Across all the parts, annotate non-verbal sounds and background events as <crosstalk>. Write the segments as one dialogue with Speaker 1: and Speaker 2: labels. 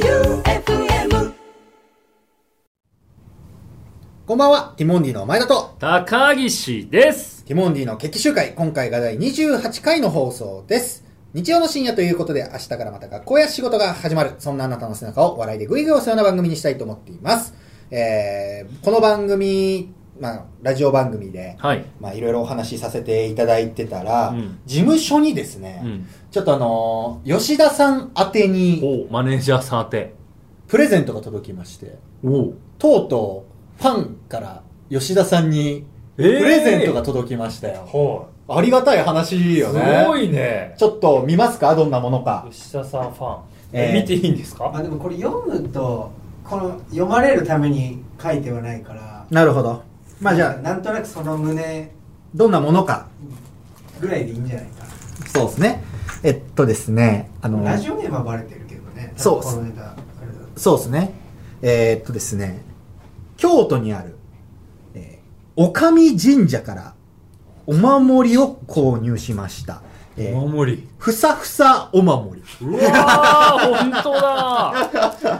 Speaker 1: J-O-E-U-F-M
Speaker 2: こんばんは、ティモンディの前田と、
Speaker 3: 高岸です
Speaker 2: ティモンディの決起集会、今回が第28回の放送です。日曜の深夜ということで、明日からまた学校や仕事が始まる、そんなあなたの背中を笑いでグイグイ押すような番組にしたいと思っています。えー、この番組、まあ、ラジオ番組で、
Speaker 3: はい、
Speaker 2: まあ、いろいろお話しさせていただいてたら、
Speaker 3: うん
Speaker 2: 事務所にですね、
Speaker 3: うん、
Speaker 2: ちょっとあのー吉田さん宛てに、
Speaker 3: おマネージャーさん宛て
Speaker 2: プレゼントが届きまして、
Speaker 3: お
Speaker 2: とうとう、ファンから吉田さんに、
Speaker 3: え
Speaker 2: プレゼントが届きましたよ。
Speaker 4: は
Speaker 2: ありがたい話
Speaker 4: い。
Speaker 2: よね。
Speaker 4: すごいね。
Speaker 2: ちょっと見ますかどんなものか。
Speaker 4: 吉田さんファン。
Speaker 2: え
Speaker 4: え
Speaker 2: ー
Speaker 4: 見ていいんです
Speaker 5: あ
Speaker 4: か？
Speaker 5: でもこれ読むとこの読まれるために書いてはないから
Speaker 2: なるほど。まあじゃあ、
Speaker 5: なんとなくその胸
Speaker 2: どんなものか。
Speaker 5: ぐらいでいいんじゃないか
Speaker 2: そうですね。えっとですね、あの
Speaker 5: な、ラジオネームはバレてるけどね
Speaker 2: そう
Speaker 5: このネタあれだ
Speaker 2: そうですね。えーっとですね、京都にある、えー、お上神社からお守りを購入しました。え
Speaker 3: お
Speaker 2: ー、
Speaker 3: 守り
Speaker 2: ふさふさお守り。
Speaker 3: うわー本当だ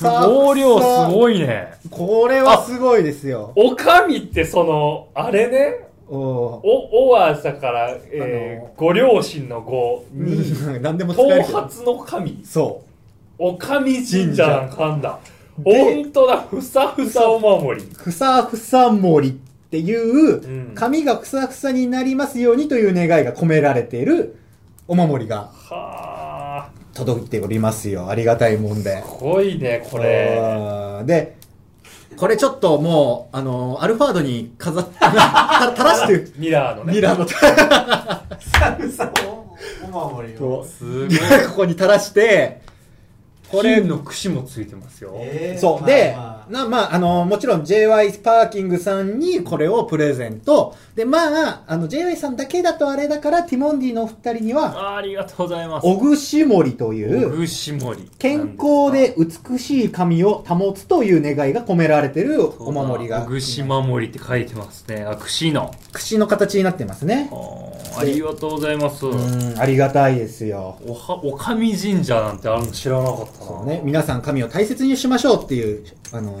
Speaker 3: 毛量す
Speaker 2: い。
Speaker 3: ごいね
Speaker 2: これはすごいですよ。
Speaker 4: おかみってそのあれね。
Speaker 2: おー
Speaker 4: おおはさから、えー
Speaker 2: あの
Speaker 4: ご両親のごに <laughs>
Speaker 2: うん何でも使え
Speaker 4: 頭
Speaker 2: るけど。
Speaker 4: 髪の神
Speaker 2: そう。
Speaker 4: おかみ神社なんかあんだ。
Speaker 2: で
Speaker 4: 本当だふさふさお守り。
Speaker 2: ふさふさ森っていうう、
Speaker 4: ん
Speaker 2: 髪がふさふさになりますようにという願いが込められているお守りが
Speaker 4: はあ
Speaker 2: 届いておりますよ。ありがたいもんで。
Speaker 4: すごいねこれ。
Speaker 2: あーで、これちょっともう、あの、アルファードに飾っ、た垂らしてる。
Speaker 4: ミラーのね。
Speaker 2: ミラーの、
Speaker 5: ささおお守りを
Speaker 2: こ
Speaker 4: すご
Speaker 2: う
Speaker 4: い
Speaker 2: ミ。ラ <laughs> ーここに垂らして、これ
Speaker 4: 金の櫛もついてますよ。
Speaker 5: えー
Speaker 2: そう。
Speaker 5: まあ
Speaker 2: で、
Speaker 5: まあ
Speaker 2: な、まあ、あの、もちろん JY パーキングさんにこれをプレゼント。で、まあ、あの、JY さんだけだとあれだから、ティモンディのお二人に
Speaker 3: あー
Speaker 2: は、
Speaker 3: ありがとうございます
Speaker 2: 小串森という、
Speaker 3: ぐしもり
Speaker 2: 健康で美しい髪を保つという願いが込められてるお守りが、
Speaker 3: ぐし守りって書いてますねあくしの
Speaker 2: 串の形になってますね
Speaker 3: あ。ーありがとうございます
Speaker 2: うん、ありがたいですよ。
Speaker 3: おはおかみ神社なんてあるの知らなかったな
Speaker 2: そうね、皆さん髪を大切にしましょうっていう、あのー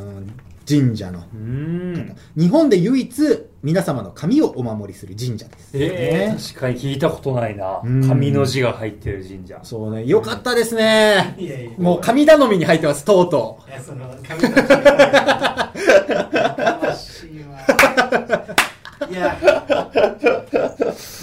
Speaker 2: 神社の。
Speaker 3: うーん
Speaker 2: 日本で唯一、皆様の髪をお守りする神社です。
Speaker 3: え
Speaker 2: ね
Speaker 3: ー、確かに聞いたことないな
Speaker 2: うん
Speaker 3: 紙の字が入ってる神社
Speaker 2: そうね、よかったですね。
Speaker 5: いやいや
Speaker 2: もう神頼みに入ってます、とうと
Speaker 5: いやその神の神楽しいわいやい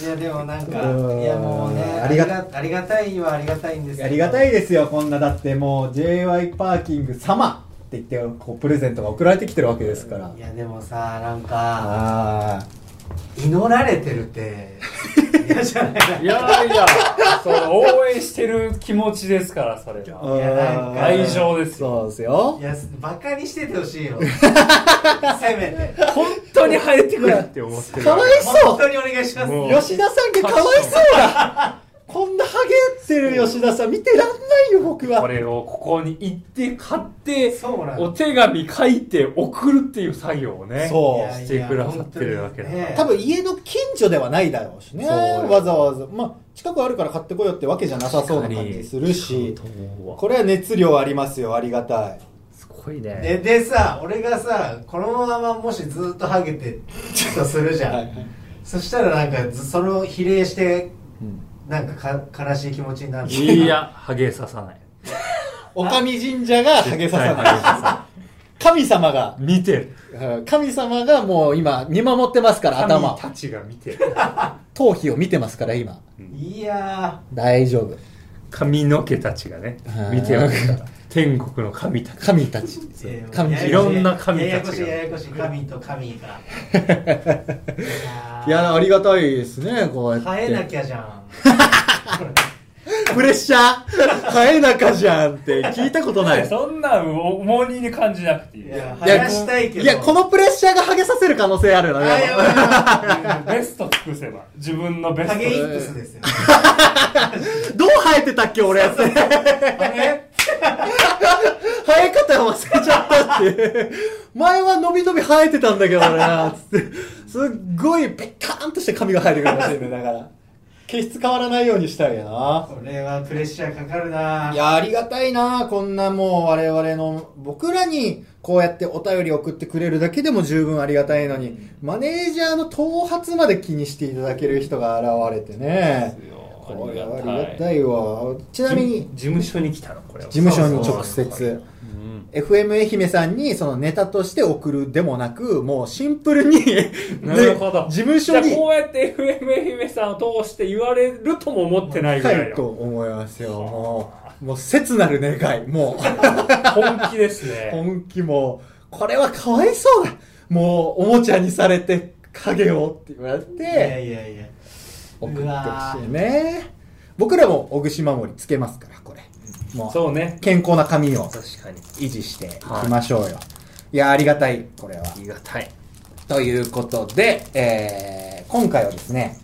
Speaker 5: やでもなんか
Speaker 2: うん
Speaker 5: いやもうね
Speaker 2: あ
Speaker 5: あ
Speaker 2: り
Speaker 5: り
Speaker 2: が
Speaker 5: がありがたいはありがたいんです
Speaker 2: う。
Speaker 5: けど
Speaker 2: ありがたいですよ、こんな。だってもう JY パーキング様って言って、こう、プレゼントが送られてきてるわけですから。
Speaker 5: いやでもさなんか
Speaker 2: あ
Speaker 5: 祈られてるって嫌じゃない
Speaker 4: いやいや、その応援してる気持ちですから、それ
Speaker 2: あ
Speaker 4: は。
Speaker 5: いやなんか
Speaker 4: 愛情ですよ
Speaker 2: そうですよ
Speaker 5: い。やバカにしててほしいよせめて
Speaker 4: 本当に生えてくるって思ってる。
Speaker 2: かわい
Speaker 5: 本
Speaker 2: そ
Speaker 5: 当にお願いします
Speaker 4: も
Speaker 2: う
Speaker 4: う
Speaker 2: 吉田さんがかわいそうだこんなハゲってる吉田さん見てらんないよ、僕
Speaker 4: こ
Speaker 2: は。
Speaker 4: れをここに行って買って、
Speaker 5: そうなんだ
Speaker 4: お手紙書いて送るっていう作業をね。
Speaker 2: そう
Speaker 5: いやい
Speaker 4: し
Speaker 5: や
Speaker 4: てくださってるわけだから
Speaker 5: 本当にね
Speaker 2: 多分家の近所ではないだろうしね。
Speaker 4: そうよ
Speaker 2: わざわざ。まあ、近くあるから買ってこようってわけじゃなさそうな感じするし。これは熱量ありますよ、ありがたい。
Speaker 3: すごい
Speaker 5: で
Speaker 3: ね。
Speaker 5: でさ俺がさこのままもしずっとハゲてとするじゃん
Speaker 2: はいはい
Speaker 5: そしたらなんかずそれを比例してなんかか悲しい気持ちになる
Speaker 4: いや、ハゲささない。
Speaker 2: おかみ神社がハゲささ
Speaker 4: 絶対ハゲ
Speaker 2: ない。神様が、
Speaker 4: 見てる。
Speaker 2: うん神様がもう今見守ってますから、頭
Speaker 4: 神。たちが見てる。
Speaker 2: 頭皮を見てますから、今。
Speaker 5: いや
Speaker 2: 大丈夫。
Speaker 4: 髪の毛たちがね
Speaker 2: は、い
Speaker 4: 見てますから。天国の神たち。
Speaker 2: 神たち。
Speaker 5: ーえー
Speaker 2: 神
Speaker 5: ややこし
Speaker 4: いろんな神
Speaker 5: やや
Speaker 4: た
Speaker 5: こ
Speaker 4: ち
Speaker 5: しい
Speaker 4: が
Speaker 5: ややこしい神と
Speaker 4: <laughs>
Speaker 5: 神が
Speaker 2: い
Speaker 5: いや
Speaker 2: や、ありがたいですね、こうや
Speaker 5: ー
Speaker 2: って。
Speaker 5: 生えなきゃじゃん
Speaker 2: プレッシャー生えなかじゃんって聞いたこと
Speaker 5: <laughs>
Speaker 2: ない。
Speaker 4: そんなん重荷に感じなくていい。
Speaker 5: いや
Speaker 2: いや
Speaker 5: 生やしたいけ
Speaker 2: い
Speaker 5: ど
Speaker 2: や、このプレッシャーがハゲさせる可能性あるよ
Speaker 5: あやばい
Speaker 2: ね。
Speaker 4: ベスト尽くせば。自分のベスト
Speaker 5: ハゲイップス
Speaker 4: <laughs>
Speaker 5: ですよ
Speaker 2: どう生えてたっけ、俺やつ。
Speaker 5: あれ
Speaker 2: 生え方忘れちゃったって。前は伸び伸び生えてたんだけどな、つって。すっごいペッカーンとして髪が生えてくるらしいんだよだから。気質変わらないようにしたいよな。
Speaker 5: これはプレッシャーかかるない
Speaker 2: や、ありがたいなこんなもう我々の、僕らにこうやってお便り送ってくれるだけでも十分ありがたいのに、マネージャーの頭髪まで気にしていただける人が現れてね。これはありがたいわ。ちなみに、
Speaker 4: 事務所に来たのこれは
Speaker 2: 事務所に直接。
Speaker 3: うん、
Speaker 2: FM 愛媛さんにそのネタとして送るでもなく、もうシンプルにで、
Speaker 4: なるほど
Speaker 2: 事務
Speaker 4: じゃ
Speaker 2: 所
Speaker 4: あ
Speaker 2: に
Speaker 4: こうやって FM 愛媛さんを通して言われるとも思ってないぐ
Speaker 2: は
Speaker 4: らい
Speaker 2: いと
Speaker 4: の
Speaker 2: 思いますよ。もう、もう切なる願い。も
Speaker 4: 本気です
Speaker 2: う、
Speaker 4: ね
Speaker 2: <laughs> 本気も、これはかわいそうだ。もう、おもちゃにされて、影をって言われ
Speaker 5: いや
Speaker 2: て、
Speaker 5: いやいや
Speaker 2: 送ってほしいね。僕らも、おぐし守りつけますから、これ。もう、
Speaker 4: そうね
Speaker 2: 健康な髪を
Speaker 4: 確かに
Speaker 2: 維持していき
Speaker 4: はい
Speaker 2: ましょうよ。いや、ありがたい、これは
Speaker 4: あ。りがたい
Speaker 2: ということで、えー今回はですね、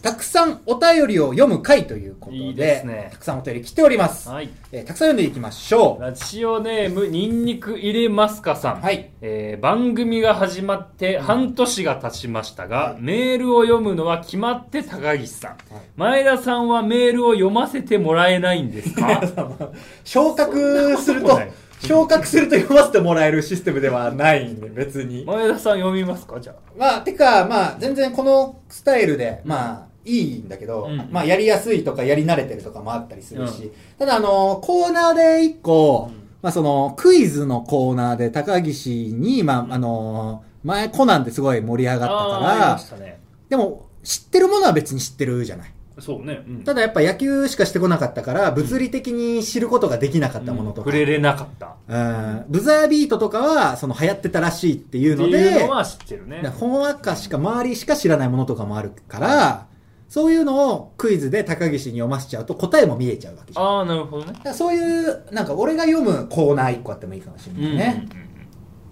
Speaker 2: たくさんお便りを読む回ということで、
Speaker 4: いいですね
Speaker 2: たくさんお便り来ております。
Speaker 4: はい
Speaker 2: えーたくさん読んでいきましょう。
Speaker 4: ラジオネームニンニク入れますかさん、
Speaker 2: はい
Speaker 4: えー番組が始まって半年が経ちましたが、メールを読むのは決まって高岸さん、前田さんはメールを読ませてもらえないんですか
Speaker 2: <laughs> 昇格すると
Speaker 4: そんなことない、
Speaker 2: 昇格すると読ませてもらえるシステムではないんで、別に。
Speaker 4: 前田さん読みますかじゃあ
Speaker 2: まあ、てか、まあ、全然このスタイルで、まあ、いいんだけど、
Speaker 4: うん
Speaker 2: まあ、やりやすいとか、やり慣れてるとかもあったりするし、ただ、あの、コーナーで一個、まあ、その、クイズのコーナーで、高岸に、まあ、あの、前、コナンですごい盛り上がった
Speaker 4: あーありま
Speaker 2: か
Speaker 4: し
Speaker 2: ら、
Speaker 4: たね
Speaker 2: でも、知ってるものは別に知ってるじゃない。
Speaker 4: そうね、うん、
Speaker 2: ただやっぱ野球しかしてこなかったから、物理的に知ることができなかったものとか。
Speaker 4: 触れれなかったっ
Speaker 2: うんブザービートとかは、その流行ってたらしいってい
Speaker 4: て
Speaker 2: うので、
Speaker 4: いうのは知ってるね
Speaker 2: だからほんわかしか、周りしか知らないものとかもあるから、そういうのをクイズで高岸に読ませちゃうと答えも見えちゃうわけじゃん。だ
Speaker 4: ああなるほどね
Speaker 2: からそういう、なんか俺が読むコーナー一個あってもいいかもしれないね。
Speaker 4: うんうんうん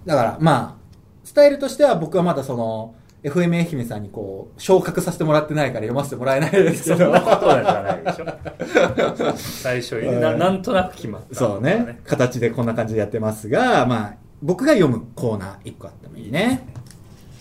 Speaker 2: だからまあ、スタイルとしては僕はまだその、FM 愛媛さんにこう、昇格させてもらってないから読ませてもらえないです
Speaker 4: そ
Speaker 2: け
Speaker 4: んなこ
Speaker 2: ど。
Speaker 4: とはじゃないでしょ <laughs> 最初にねななんとなく決まった
Speaker 2: そうね。形でこんな感じでやってますが、まあ、僕が読むコーナー一個あってもいいね。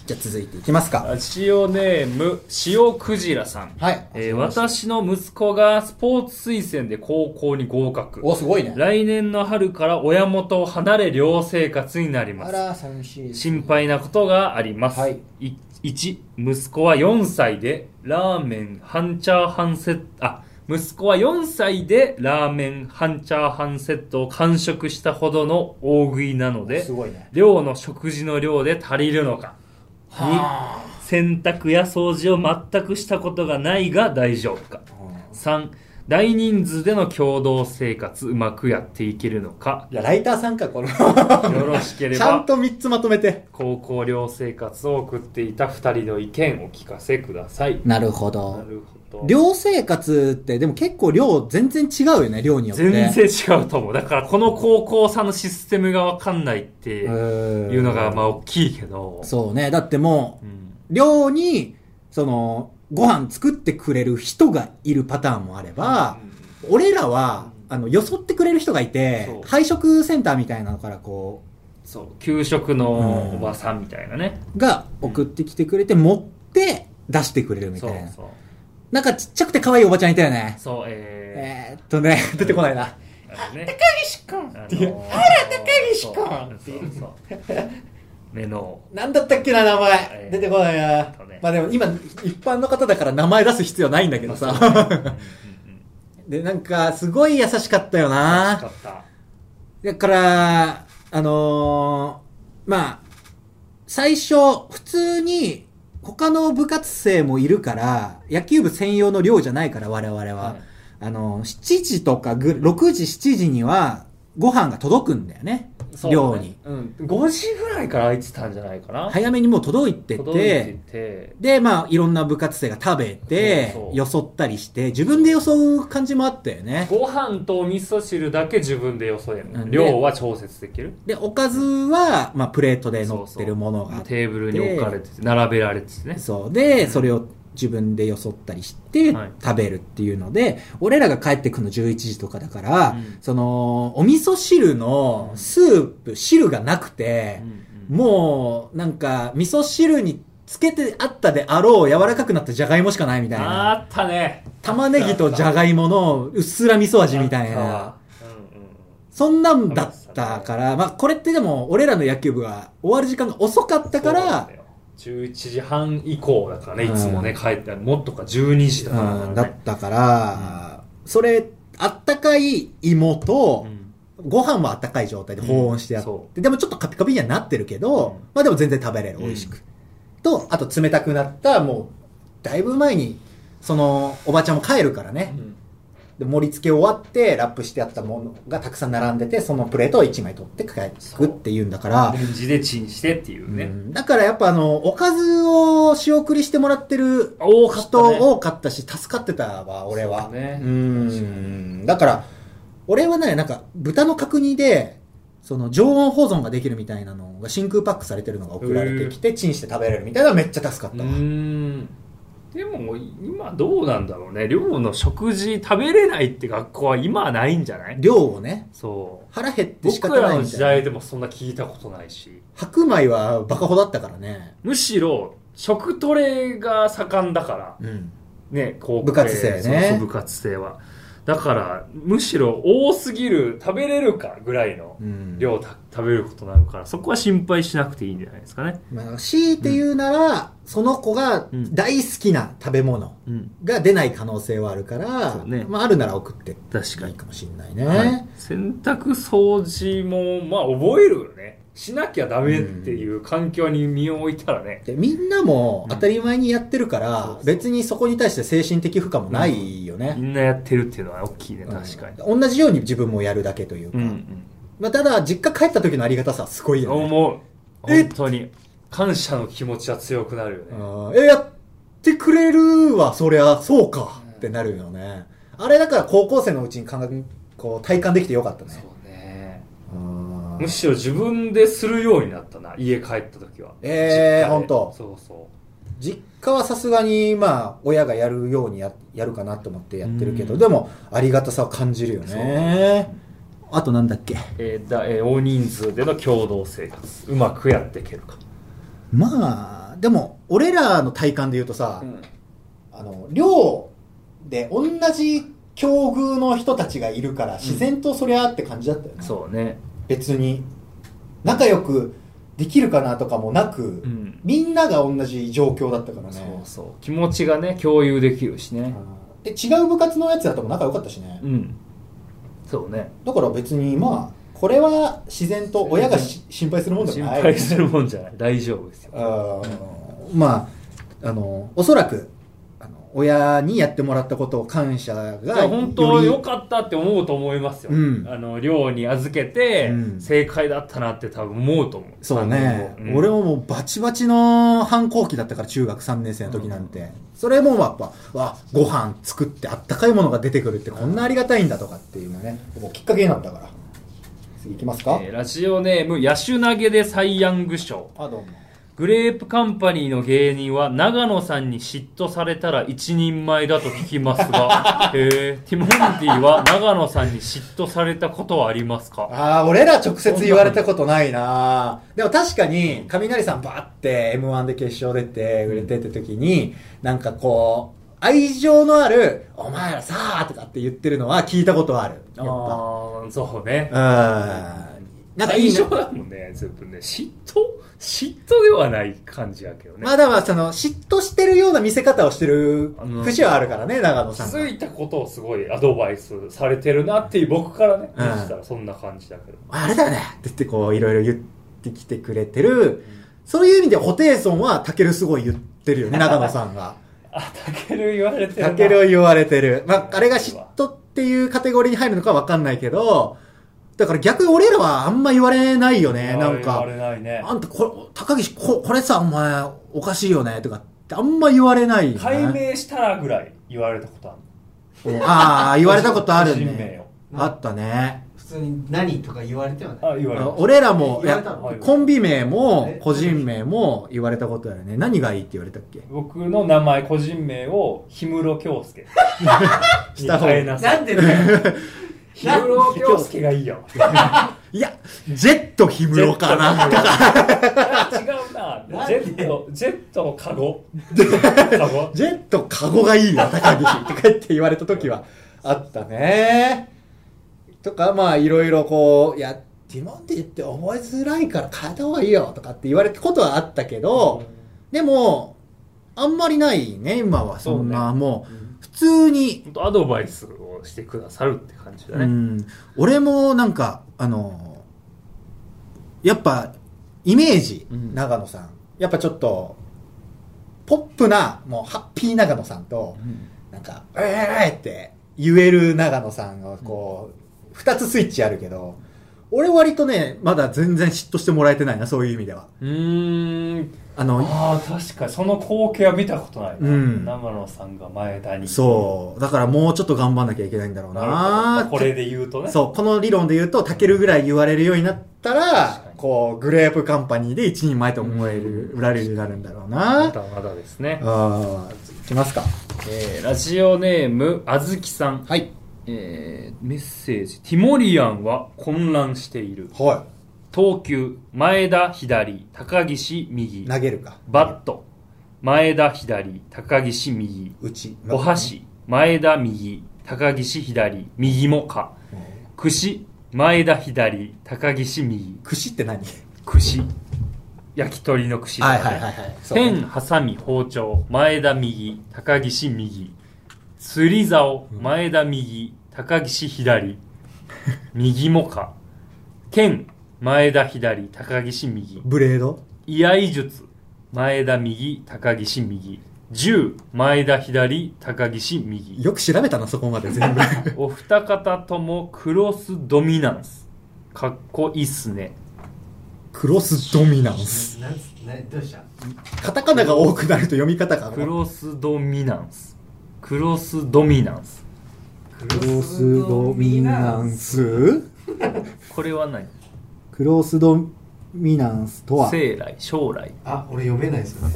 Speaker 2: じゃあ続いていきますか。
Speaker 4: ラジオネーム、塩クジラさん。
Speaker 2: はい。
Speaker 4: えー私の息子がスポーツ推薦で高校に合格。
Speaker 2: お、すごいね。
Speaker 4: 来年の春から親元を離れ寮生活になりま
Speaker 2: あ
Speaker 4: す。
Speaker 2: ら、寂しいですね、
Speaker 4: 心配なことがあります。
Speaker 2: はい、
Speaker 4: い1、息子は4歳でラーメン半チャーハンセット、あ、息子は4歳でラーメン半チャーハンセットを完食したほどの大食いなのです
Speaker 2: ごいね。
Speaker 4: 量の食事の量で足りるのか。
Speaker 2: は
Speaker 4: 2、洗濯や掃除を全くしたことがないが大丈夫か。3、大人数での共同生活うまくやっていけるのか。
Speaker 2: いや、ライターさんか、この。
Speaker 4: よろしけれ
Speaker 2: <laughs> ちゃん
Speaker 4: ば、
Speaker 2: と3つまとめて。
Speaker 4: 高校寮生活を送っていた2人の意見を聞かせください。
Speaker 2: なるほ
Speaker 4: な
Speaker 2: ど。
Speaker 4: るほど。
Speaker 2: 寮生活って、でも結構寮全然違うよね、寮によって。
Speaker 4: 全然違うと思う。だから、この高校さんのシステムがわかんないっていう
Speaker 2: い
Speaker 4: のが、まあ、大きいけど。
Speaker 2: そうね。だっても
Speaker 4: う
Speaker 2: う、
Speaker 4: ん。
Speaker 2: 寮に、その、ご飯作ってくれる人がいるパターンもあれば、俺らは、あの、よそってくれる人がい
Speaker 4: そ
Speaker 2: て
Speaker 4: う、
Speaker 2: 配食センターみたいなのからこ
Speaker 4: そう。給食のおばさんみたいなね。
Speaker 2: う、が送ってきてくれて、持って出してくれるみた
Speaker 4: そ
Speaker 2: いうな。
Speaker 4: そう。
Speaker 2: なんかちっちゃくて可愛いおばちゃんいたよね。
Speaker 4: そう、え
Speaker 2: えーっと
Speaker 4: <laughs>
Speaker 2: ね、出てこないな。
Speaker 4: ー、あのね、
Speaker 2: 岸くん
Speaker 4: あの
Speaker 2: っていう
Speaker 4: ー、
Speaker 2: あら、高岸くんって
Speaker 4: そ
Speaker 2: いうう。
Speaker 4: そう
Speaker 2: <laughs>
Speaker 4: そう目の、
Speaker 2: なんだったっけな、名前
Speaker 4: え。ー
Speaker 2: 出てこないな
Speaker 4: とね。
Speaker 2: まあでも今、一般の方だから名前出す必要ないんだけど
Speaker 4: うんうん
Speaker 2: さ。
Speaker 4: う
Speaker 2: <laughs>
Speaker 4: ん
Speaker 2: で、なんか、すごい優しかったよ
Speaker 4: 惜しか
Speaker 2: な。
Speaker 4: った。
Speaker 2: だから、あのー、まあ、最初、普通に、他の部活生もいるから、野球部専用の寮じゃないから、我々は。あの、7時とかぐ、6時、7時には、ご飯が届くんだよね。
Speaker 4: そうね
Speaker 2: 寮に。
Speaker 4: うん。5時ぐらいから空いてたんじゃないかな。
Speaker 2: 早めにもう届いて
Speaker 4: 届いて
Speaker 2: て、
Speaker 4: て、
Speaker 2: で、まあ、いろんな部活生が食べて
Speaker 4: そうそ、う
Speaker 2: よそったりして、自分でよそう感じもあったよね。
Speaker 4: ご飯とお味噌汁だけ自分でよそえる
Speaker 2: う
Speaker 4: の。
Speaker 2: ん
Speaker 4: 量は調節できる。
Speaker 2: で、おかずは、まあ、プレートで乗
Speaker 4: そう
Speaker 2: っ
Speaker 4: そう
Speaker 2: てるものがあって、
Speaker 4: テーブルに置かれてて、並べられててね。
Speaker 2: そう。で、それを自分でよそったりして
Speaker 4: はい、
Speaker 2: 食べるっていうので、俺らが帰ってくの11時とかだから、
Speaker 4: うん
Speaker 2: その、お味噌汁のスープ、汁がなくて、
Speaker 4: うんうん
Speaker 2: もう、なんか、味噌汁につけてあったであろう柔らかくなったじゃがいもしかないみたいな。
Speaker 3: あったね。
Speaker 2: 玉ねぎとじゃがいものうっすら味噌味みたいな。そんなんだったから、まあこれってでも俺らの野球部が終わる時間が遅かったか
Speaker 4: そうなん
Speaker 2: ら
Speaker 4: だ、よ11時半以降だからね、
Speaker 2: うん
Speaker 4: いつもね、帰って、もっとか12時だからね、
Speaker 2: うんだったから、それ、あったかい芋と、
Speaker 4: うん
Speaker 2: ご飯はあったかい状態で保温してあって、
Speaker 4: うんそ
Speaker 2: でもちょっとカピカピにはなってるけど、
Speaker 4: うん
Speaker 2: まあでも全然食べれる、
Speaker 4: うん
Speaker 2: 美味しく。と、あと冷たくなった、もう、だいぶ前に、その、おばちゃんも帰るからね、で盛り付け終わって、ラップしてあったものがたくさん並んでて、そのプレートを1枚取って帰ってくっていうんだから、
Speaker 4: レンジでチンしてっていう
Speaker 2: う
Speaker 4: ね。
Speaker 2: んだからやっぱあの、おかずを仕送りしてもらってる
Speaker 4: 多かったね
Speaker 2: 人多かったし、助かってたわ、俺は。
Speaker 4: そうね
Speaker 2: うん。だから、俺はね、なんか、豚の角煮で、その、常温保存ができるみたいなのが真空パックされてるのが送られてきて、チンして食べれるみたいなのめっちゃ助かっ
Speaker 4: う
Speaker 2: たわ。
Speaker 4: ん。でも、今どうなんだろうね。寮の食事食べれないって学校は今はないんじゃない
Speaker 2: 量をね、
Speaker 4: そう。
Speaker 2: 腹減って仕
Speaker 4: 僕
Speaker 2: 方な
Speaker 4: ら
Speaker 2: い
Speaker 4: の
Speaker 2: みた
Speaker 4: 時
Speaker 2: いな。
Speaker 4: 代でもそんな聞いたことないし。
Speaker 2: 白米はバカほどだったからね。
Speaker 4: むしろ、食トレが盛んだから。
Speaker 2: うん。
Speaker 4: ね、高校
Speaker 2: 部活生ね
Speaker 4: そうそう部活生は。だから、むしろ多すぎる、食べれるかぐらいの
Speaker 2: うん。
Speaker 4: 量た食べることになるから、そこは心配しなくていいんじゃないですかね。
Speaker 2: まあ、強いて言うなら、その子が
Speaker 4: うん
Speaker 2: 大好きな食べ物
Speaker 4: うん。
Speaker 2: が出ない可能性はあるから、
Speaker 4: そうね
Speaker 2: まあ、あるなら送って
Speaker 4: 確か
Speaker 2: いい
Speaker 4: に。
Speaker 2: かもしれないね。
Speaker 4: はい洗濯掃除も、まあ、覚えるよね。しなきゃダメっていう環境に身を置いたらね。
Speaker 2: でみんなも当たり前にやってるから、
Speaker 4: うん
Speaker 2: 別にそこに対して精神的負荷もないよね
Speaker 4: み。んなやってるっていうのは大きいね、確かに。
Speaker 2: うん同じように自分もやるだけというか。
Speaker 4: うん。
Speaker 2: まあ、ただ、実家帰った時のありがたさはすごいよね。
Speaker 4: 思う。
Speaker 2: え
Speaker 4: 本当に。感謝の気持ちは強くなるよね。
Speaker 2: うんえ、やってくれるわ、そりゃ、そうか、ってなるよね。あれだから高校生のうちに感覚こう体感できてよかったね。
Speaker 4: そうね。
Speaker 2: うん
Speaker 4: むしろ自分でするようになったな、家帰った時は。
Speaker 2: えー
Speaker 4: 実家で
Speaker 2: ほんと
Speaker 4: そうそう。
Speaker 2: 実家はさすがに、まあ、親がやるようにややるかなと思ってやってるけど、
Speaker 4: うん
Speaker 2: でも、ありがたさを感じるよね。あとなんだっけ
Speaker 4: えーだえー大人数での共同生活。うまくやっていけるか。
Speaker 2: まあ、でも、俺らの体感で言うとさ、あの、寮で同じ境遇の人たちがいるから、自然とそりゃって感じだったよね。
Speaker 4: そうね。
Speaker 2: 別に、仲良くできるかなとかもなく、
Speaker 4: うん。
Speaker 2: みんなが同じ状況だったからね。
Speaker 4: そうそう。気持ちがね、共有できるしね。
Speaker 2: で、違う部活のやつだとも仲良かったしね。
Speaker 4: うん。そうね。
Speaker 2: だから別にまあこれは自然と親がし心配するもんじ
Speaker 4: 心
Speaker 2: ゃない
Speaker 4: 配するもんじゃない。 <laughs> 大丈夫ですよ。
Speaker 2: うんまああのおそらくあの親にやってもらったことを感謝
Speaker 4: い
Speaker 2: が
Speaker 4: や本当
Speaker 2: り
Speaker 4: 良かったって思うと思いますよ。
Speaker 2: うん
Speaker 4: あの、寮に預けて、
Speaker 2: うん
Speaker 4: 正解だったなって多分思うと思う。
Speaker 2: そうね、
Speaker 4: うん
Speaker 2: 俺ももうバチバチの反抗期だったから中学3年生の時なんて、それもやっぱわご飯作ってあったかいものが出てくるってこんなありがたいんだとかっていうのねもうきっかけになったから次いきますか、
Speaker 4: えーラジオネーム、ヤシュ投げでサイヤング賞。
Speaker 2: あどうも
Speaker 4: グレープカンパニーの芸人は長野さんに嫉妬されたら一人前だと聞きま
Speaker 2: <laughs>
Speaker 4: すが、えー、ティモンディは長野さんに嫉妬されたことはありますか
Speaker 2: ああ、俺ら直接言われたことないなでも確かに、雷さんバーって M1 で決勝出て、売れてって時に、なんかこう、愛情のある、お前らさーとかって言ってるのは聞いたことある。やっぱ。
Speaker 4: ああ、そうね
Speaker 2: う。ーん。なんかいい
Speaker 4: 印象
Speaker 2: な。
Speaker 4: だもんね、全部ね。嫉妬嫉妬ではない感じやけどね。
Speaker 2: まだはその、嫉妬してるような見せ方をしてる節はあるからね、長野
Speaker 4: 気
Speaker 2: さん
Speaker 4: づ
Speaker 2: が。
Speaker 4: いたことをすごいアドバイスされてるなっていう僕からね、
Speaker 2: うん
Speaker 4: 見てたらそんな感じだけど。
Speaker 2: あれだよねって言ってこう、いろいろ言ってきてくれてる。そういう意味で、ホテイソンは、タケルすごい言ってるよね、長野さんが。
Speaker 4: あ、タケル言われてるな。
Speaker 2: タケルを言われてる。まあ、あれが嫉妬っていうカテゴリーに入るのかわかんないけど、だから逆に俺らはあんま言われないよね、なんか
Speaker 4: あ言わ。れないね。
Speaker 2: あんたこれ、高岸、ここれさ、お前、おかしいよね、とかってあんま言われないよね。
Speaker 4: 解明したらぐらい言われたことある。
Speaker 2: ああ、言われたことある
Speaker 4: 個人名
Speaker 2: ね
Speaker 4: を。
Speaker 2: あったね。
Speaker 5: 普通に何とか言われてはない
Speaker 4: あ、言われ
Speaker 2: あ
Speaker 4: た。
Speaker 2: の俺らも、いや
Speaker 5: 言われたの
Speaker 2: コンビ名も、個人名も言われたことあるね。何がいいって言われたっけ
Speaker 4: 僕の名前、個人名を、氷室京介。
Speaker 2: <laughs> した方
Speaker 4: に変えなさ。
Speaker 5: ない
Speaker 4: <laughs>
Speaker 5: んでだよ
Speaker 6: ヒーロー京介がいいよ。
Speaker 2: いや、ジェット氷室かな。
Speaker 6: 違うな。ジェット、ジェット、カ
Speaker 2: <laughs>
Speaker 6: ゴ。カゴ。
Speaker 2: ジェットカゴがいい
Speaker 4: <laughs>
Speaker 2: わ、高岸。とか言って言われた時はあったね。とか、まあ、いろいろこう、いや、ティモンディって覚えづらいから変えた方がいいよとかって言われたことはあったけど、でも、あんまりないね、今は。そんな、もう、普通に、
Speaker 4: 本当アドバイスをしてくださるって感じだ
Speaker 2: う
Speaker 4: ね。
Speaker 2: ん、俺もなんか、あの、やっぱ、イメージ、
Speaker 4: うん
Speaker 2: 長野さん。やっぱちょっと、ポップな、もう、ハッピー長野さんと、なんか、ええーって言える長野さんが、こう、二つスイッチあるけど、俺割とね、まだ全然嫉妬してもらえてないな、そういう意味では。
Speaker 4: うーん。
Speaker 2: あの、
Speaker 6: ああ、確かに、その光景は見たことないな。
Speaker 2: うん
Speaker 6: 長野さんが前田に。
Speaker 2: そう。だからもうちょっと頑張んなきゃいけないんだろう
Speaker 6: う
Speaker 2: な
Speaker 6: なるほどまあ
Speaker 2: ーって
Speaker 6: これで言うとね。
Speaker 2: そう、この理論で言うと、タケルぐらい言われるようになった
Speaker 6: 確からに、
Speaker 2: こう、グレープカンパニーで一人前と思える、売られるようになるんだろうな。
Speaker 4: ま
Speaker 2: あ
Speaker 4: だまだですね。
Speaker 2: あー、いきますか。
Speaker 4: えーラジオネーム、あずきさん。
Speaker 2: はい。
Speaker 4: えーメッセージ。ティモリアンは混乱している。
Speaker 2: は
Speaker 4: 投球、前田左、高岸右
Speaker 2: い。。投げるか。
Speaker 4: バット、前田左、高岸右。
Speaker 2: うち。
Speaker 4: お箸、前田右、高岸左、右もか。串、前田左、高岸
Speaker 2: <laughs>
Speaker 4: 右。
Speaker 2: 串って何
Speaker 4: 串。焼き鳥の串だね、
Speaker 2: い。そう
Speaker 4: ペン、ハサミ、包丁、前田右、高岸右。釣り竿、前田右、高岸左。 <laughs> 右もか。剣、前田左、高岸右。
Speaker 2: ブレード
Speaker 4: 居合術、前田右、高岸右。銃、前田左、高岸右。
Speaker 2: よく調べたな、そこまで全部。 <laughs>
Speaker 4: お二方ともクロスドミナンス。かっこいいっすね。
Speaker 2: クロスドミナンス。
Speaker 5: なんつねどうした
Speaker 2: カタカナが多くなると読み方が。
Speaker 4: クロスドミナンス。クロスドミナンス。
Speaker 2: クロスドミナンス
Speaker 4: これは何
Speaker 2: クロスドミナンスとは
Speaker 4: 生来、将来。
Speaker 5: あ俺読めないですよね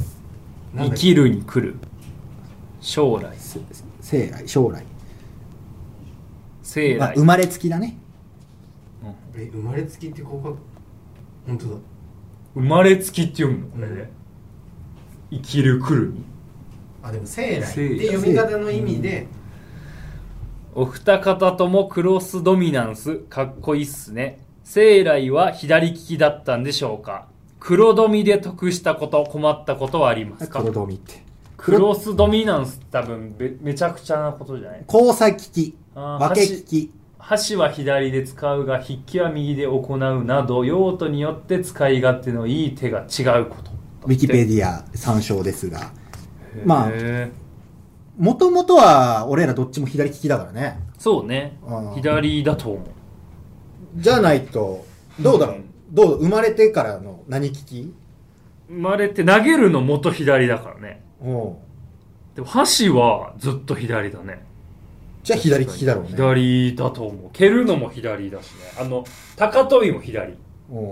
Speaker 5: なん
Speaker 4: 生
Speaker 5: だっけ
Speaker 4: きるに来る将来
Speaker 2: 生来、将来。
Speaker 4: 生
Speaker 2: まあ、
Speaker 4: 来、
Speaker 2: 生まれつきだね。
Speaker 5: え生まれつきってここ本当だ
Speaker 4: 生まれつきって読むのこれ
Speaker 5: う
Speaker 4: で
Speaker 5: ん
Speaker 4: 生きる来るに
Speaker 5: あでも生来っ
Speaker 4: 生来
Speaker 5: て読み方の意味で
Speaker 4: お二方ともクロスドミナンスかっこいいっすね生来は左利きだったんでしょうか黒ドミで得したこと困ったことはありますか
Speaker 2: 黒ドミって。
Speaker 4: クロスドミナンス多分めめちゃくちゃなことじゃない
Speaker 2: 交差利き、
Speaker 4: あー
Speaker 2: 分け利き、
Speaker 4: 箸は左で使うが筆記は右で行うなど用途によって使い勝手のいい手が違うこと
Speaker 2: ウィキペディア参照ですが。まあ
Speaker 4: あ
Speaker 2: もともとは、俺らどっちも左利きだからね。
Speaker 4: そうね
Speaker 2: うん。
Speaker 4: 左だと思う。
Speaker 2: じゃないと、どうだろ
Speaker 4: う
Speaker 2: うんどう生まれてからの何利き
Speaker 4: 生まれて投げるの元左だからね。
Speaker 2: うん。
Speaker 4: でも箸はずっと左だね。
Speaker 2: じゃあ左利きだろうね。
Speaker 4: 左だと思う。蹴るのも左だしね。あの、高跳びも左。
Speaker 2: うん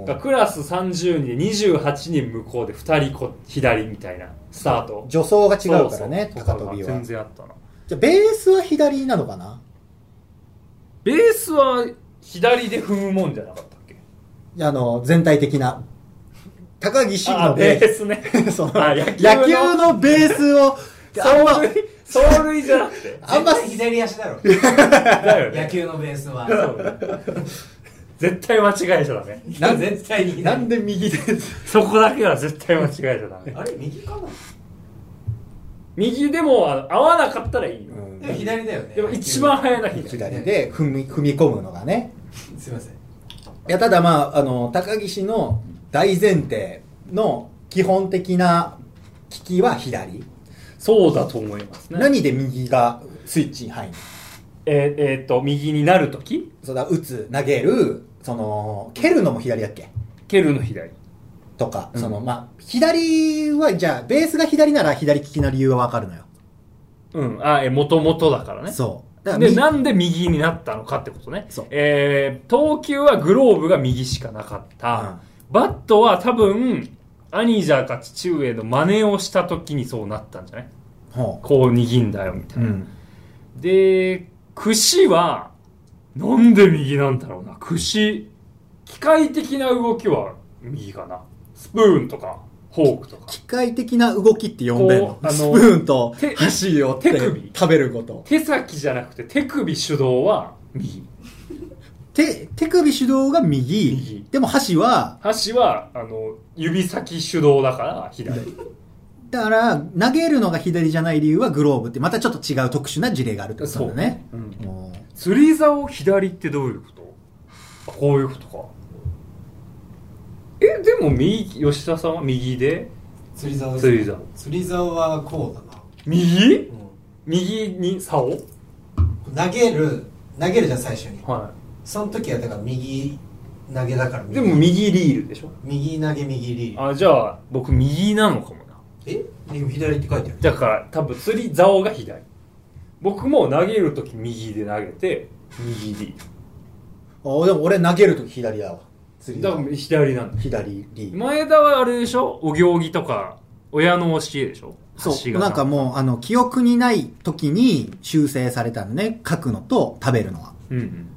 Speaker 4: だからクラス30人で28人向こうで2人こ左みたいなスタート。
Speaker 2: 助走が違うからね、
Speaker 4: そ
Speaker 2: 高跳び
Speaker 4: うそうとかが
Speaker 2: は
Speaker 4: 全。然あったな。
Speaker 2: じゃあベースは左なのかな
Speaker 4: ベースは左で踏むもんじゃなかったっけ
Speaker 2: あの、全体的な。高岸
Speaker 4: あ、
Speaker 2: の
Speaker 4: ベ
Speaker 2: ベー
Speaker 4: ースね。
Speaker 2: ス。 <laughs> その
Speaker 4: あ
Speaker 2: 野
Speaker 4: 野球の
Speaker 2: 球のベース
Speaker 4: <laughs>
Speaker 2: を、あんま、
Speaker 4: 走塁じゃなくて。
Speaker 2: あんま
Speaker 5: 絶対左足だろ
Speaker 4: だよ
Speaker 5: 野
Speaker 4: ね。
Speaker 5: 球のベースは
Speaker 4: <laughs> 絶対間違えちゃダメ。 <laughs>
Speaker 2: なん
Speaker 5: 絶対に
Speaker 2: なんで右で、
Speaker 4: そこだけは絶対間違えちゃダメ。
Speaker 5: あれ右かな
Speaker 4: 右でもあの合わなかったらいいよ。
Speaker 5: でも左だよね
Speaker 4: でも一番早いのは左。
Speaker 2: 左で踏み踏み込むのがね。
Speaker 5: すいません
Speaker 2: いや、ただまあ、あの、高岸の大前提の基本的な利きは左。
Speaker 4: そうだと思いますね。
Speaker 2: 何で右がスイッチに入るの
Speaker 4: えー、えーと、右になるとき
Speaker 2: そうだ、打つ、投げる、その、蹴るのも左だっけ
Speaker 4: 蹴るの左。
Speaker 2: とか、その、まあ、左は、じゃあ、ベースが左なら左利きの理由はわかるのよ。
Speaker 4: うん。あ、えー、もともとだからね。
Speaker 2: そう。だから
Speaker 4: で、
Speaker 2: 右
Speaker 4: なんで右になったのかってことね。
Speaker 2: そう
Speaker 4: えー、投球はグローブが右しかなかった。バットは多分、兄者か父上の真似をしたときにそうなったんじゃない
Speaker 2: ほ
Speaker 4: こう握んだよ、みた
Speaker 2: う。
Speaker 4: いうな。
Speaker 2: ん。
Speaker 4: で、串は、なんで右なんだろうな串機械的な動きは右かなスプーンとかフォークとか
Speaker 2: 機械的な動きって呼んでんの
Speaker 4: こうあの
Speaker 2: スプーンと
Speaker 4: 手
Speaker 2: 箸を手
Speaker 4: 手首
Speaker 2: 食べること
Speaker 4: 手先じゃなくて手首主導は右
Speaker 2: 手手首主導が右
Speaker 4: 右
Speaker 2: でも箸は
Speaker 4: 箸はあの指先主導だから左
Speaker 2: だから投げるのが左じゃない理由はグローブってまたちょっと違う特殊な事例があるってことなんだね
Speaker 4: そううん
Speaker 2: もう
Speaker 4: 釣り竿左ってどういうことあこういうことかえでも右吉田さんは右で
Speaker 5: 釣り竿です
Speaker 4: 釣り竿
Speaker 5: 釣り竿はこうだな
Speaker 4: 右右に竿
Speaker 5: 投げる投げるじゃん最初に
Speaker 4: は
Speaker 5: その時はだから右投げだから
Speaker 4: い
Speaker 5: 右
Speaker 4: でも右リールでしょ
Speaker 5: 右投げ右リー
Speaker 4: あじゃあ僕右なのかもな
Speaker 5: えでも左って書いてある
Speaker 4: だから多分釣り竿が左僕も投げるとき右で投げて右リ
Speaker 2: あでも俺投げるとき左だわ
Speaker 4: ー
Speaker 2: 次
Speaker 4: ルだから左なんだ
Speaker 2: 左リー
Speaker 4: 前田はあれでしょお行儀とか親の教えでしょ
Speaker 2: そう
Speaker 4: 橋
Speaker 2: なんか
Speaker 4: 形
Speaker 2: もうあの記憶にない時に修正されたのね書くのと食べるのは
Speaker 4: うんうん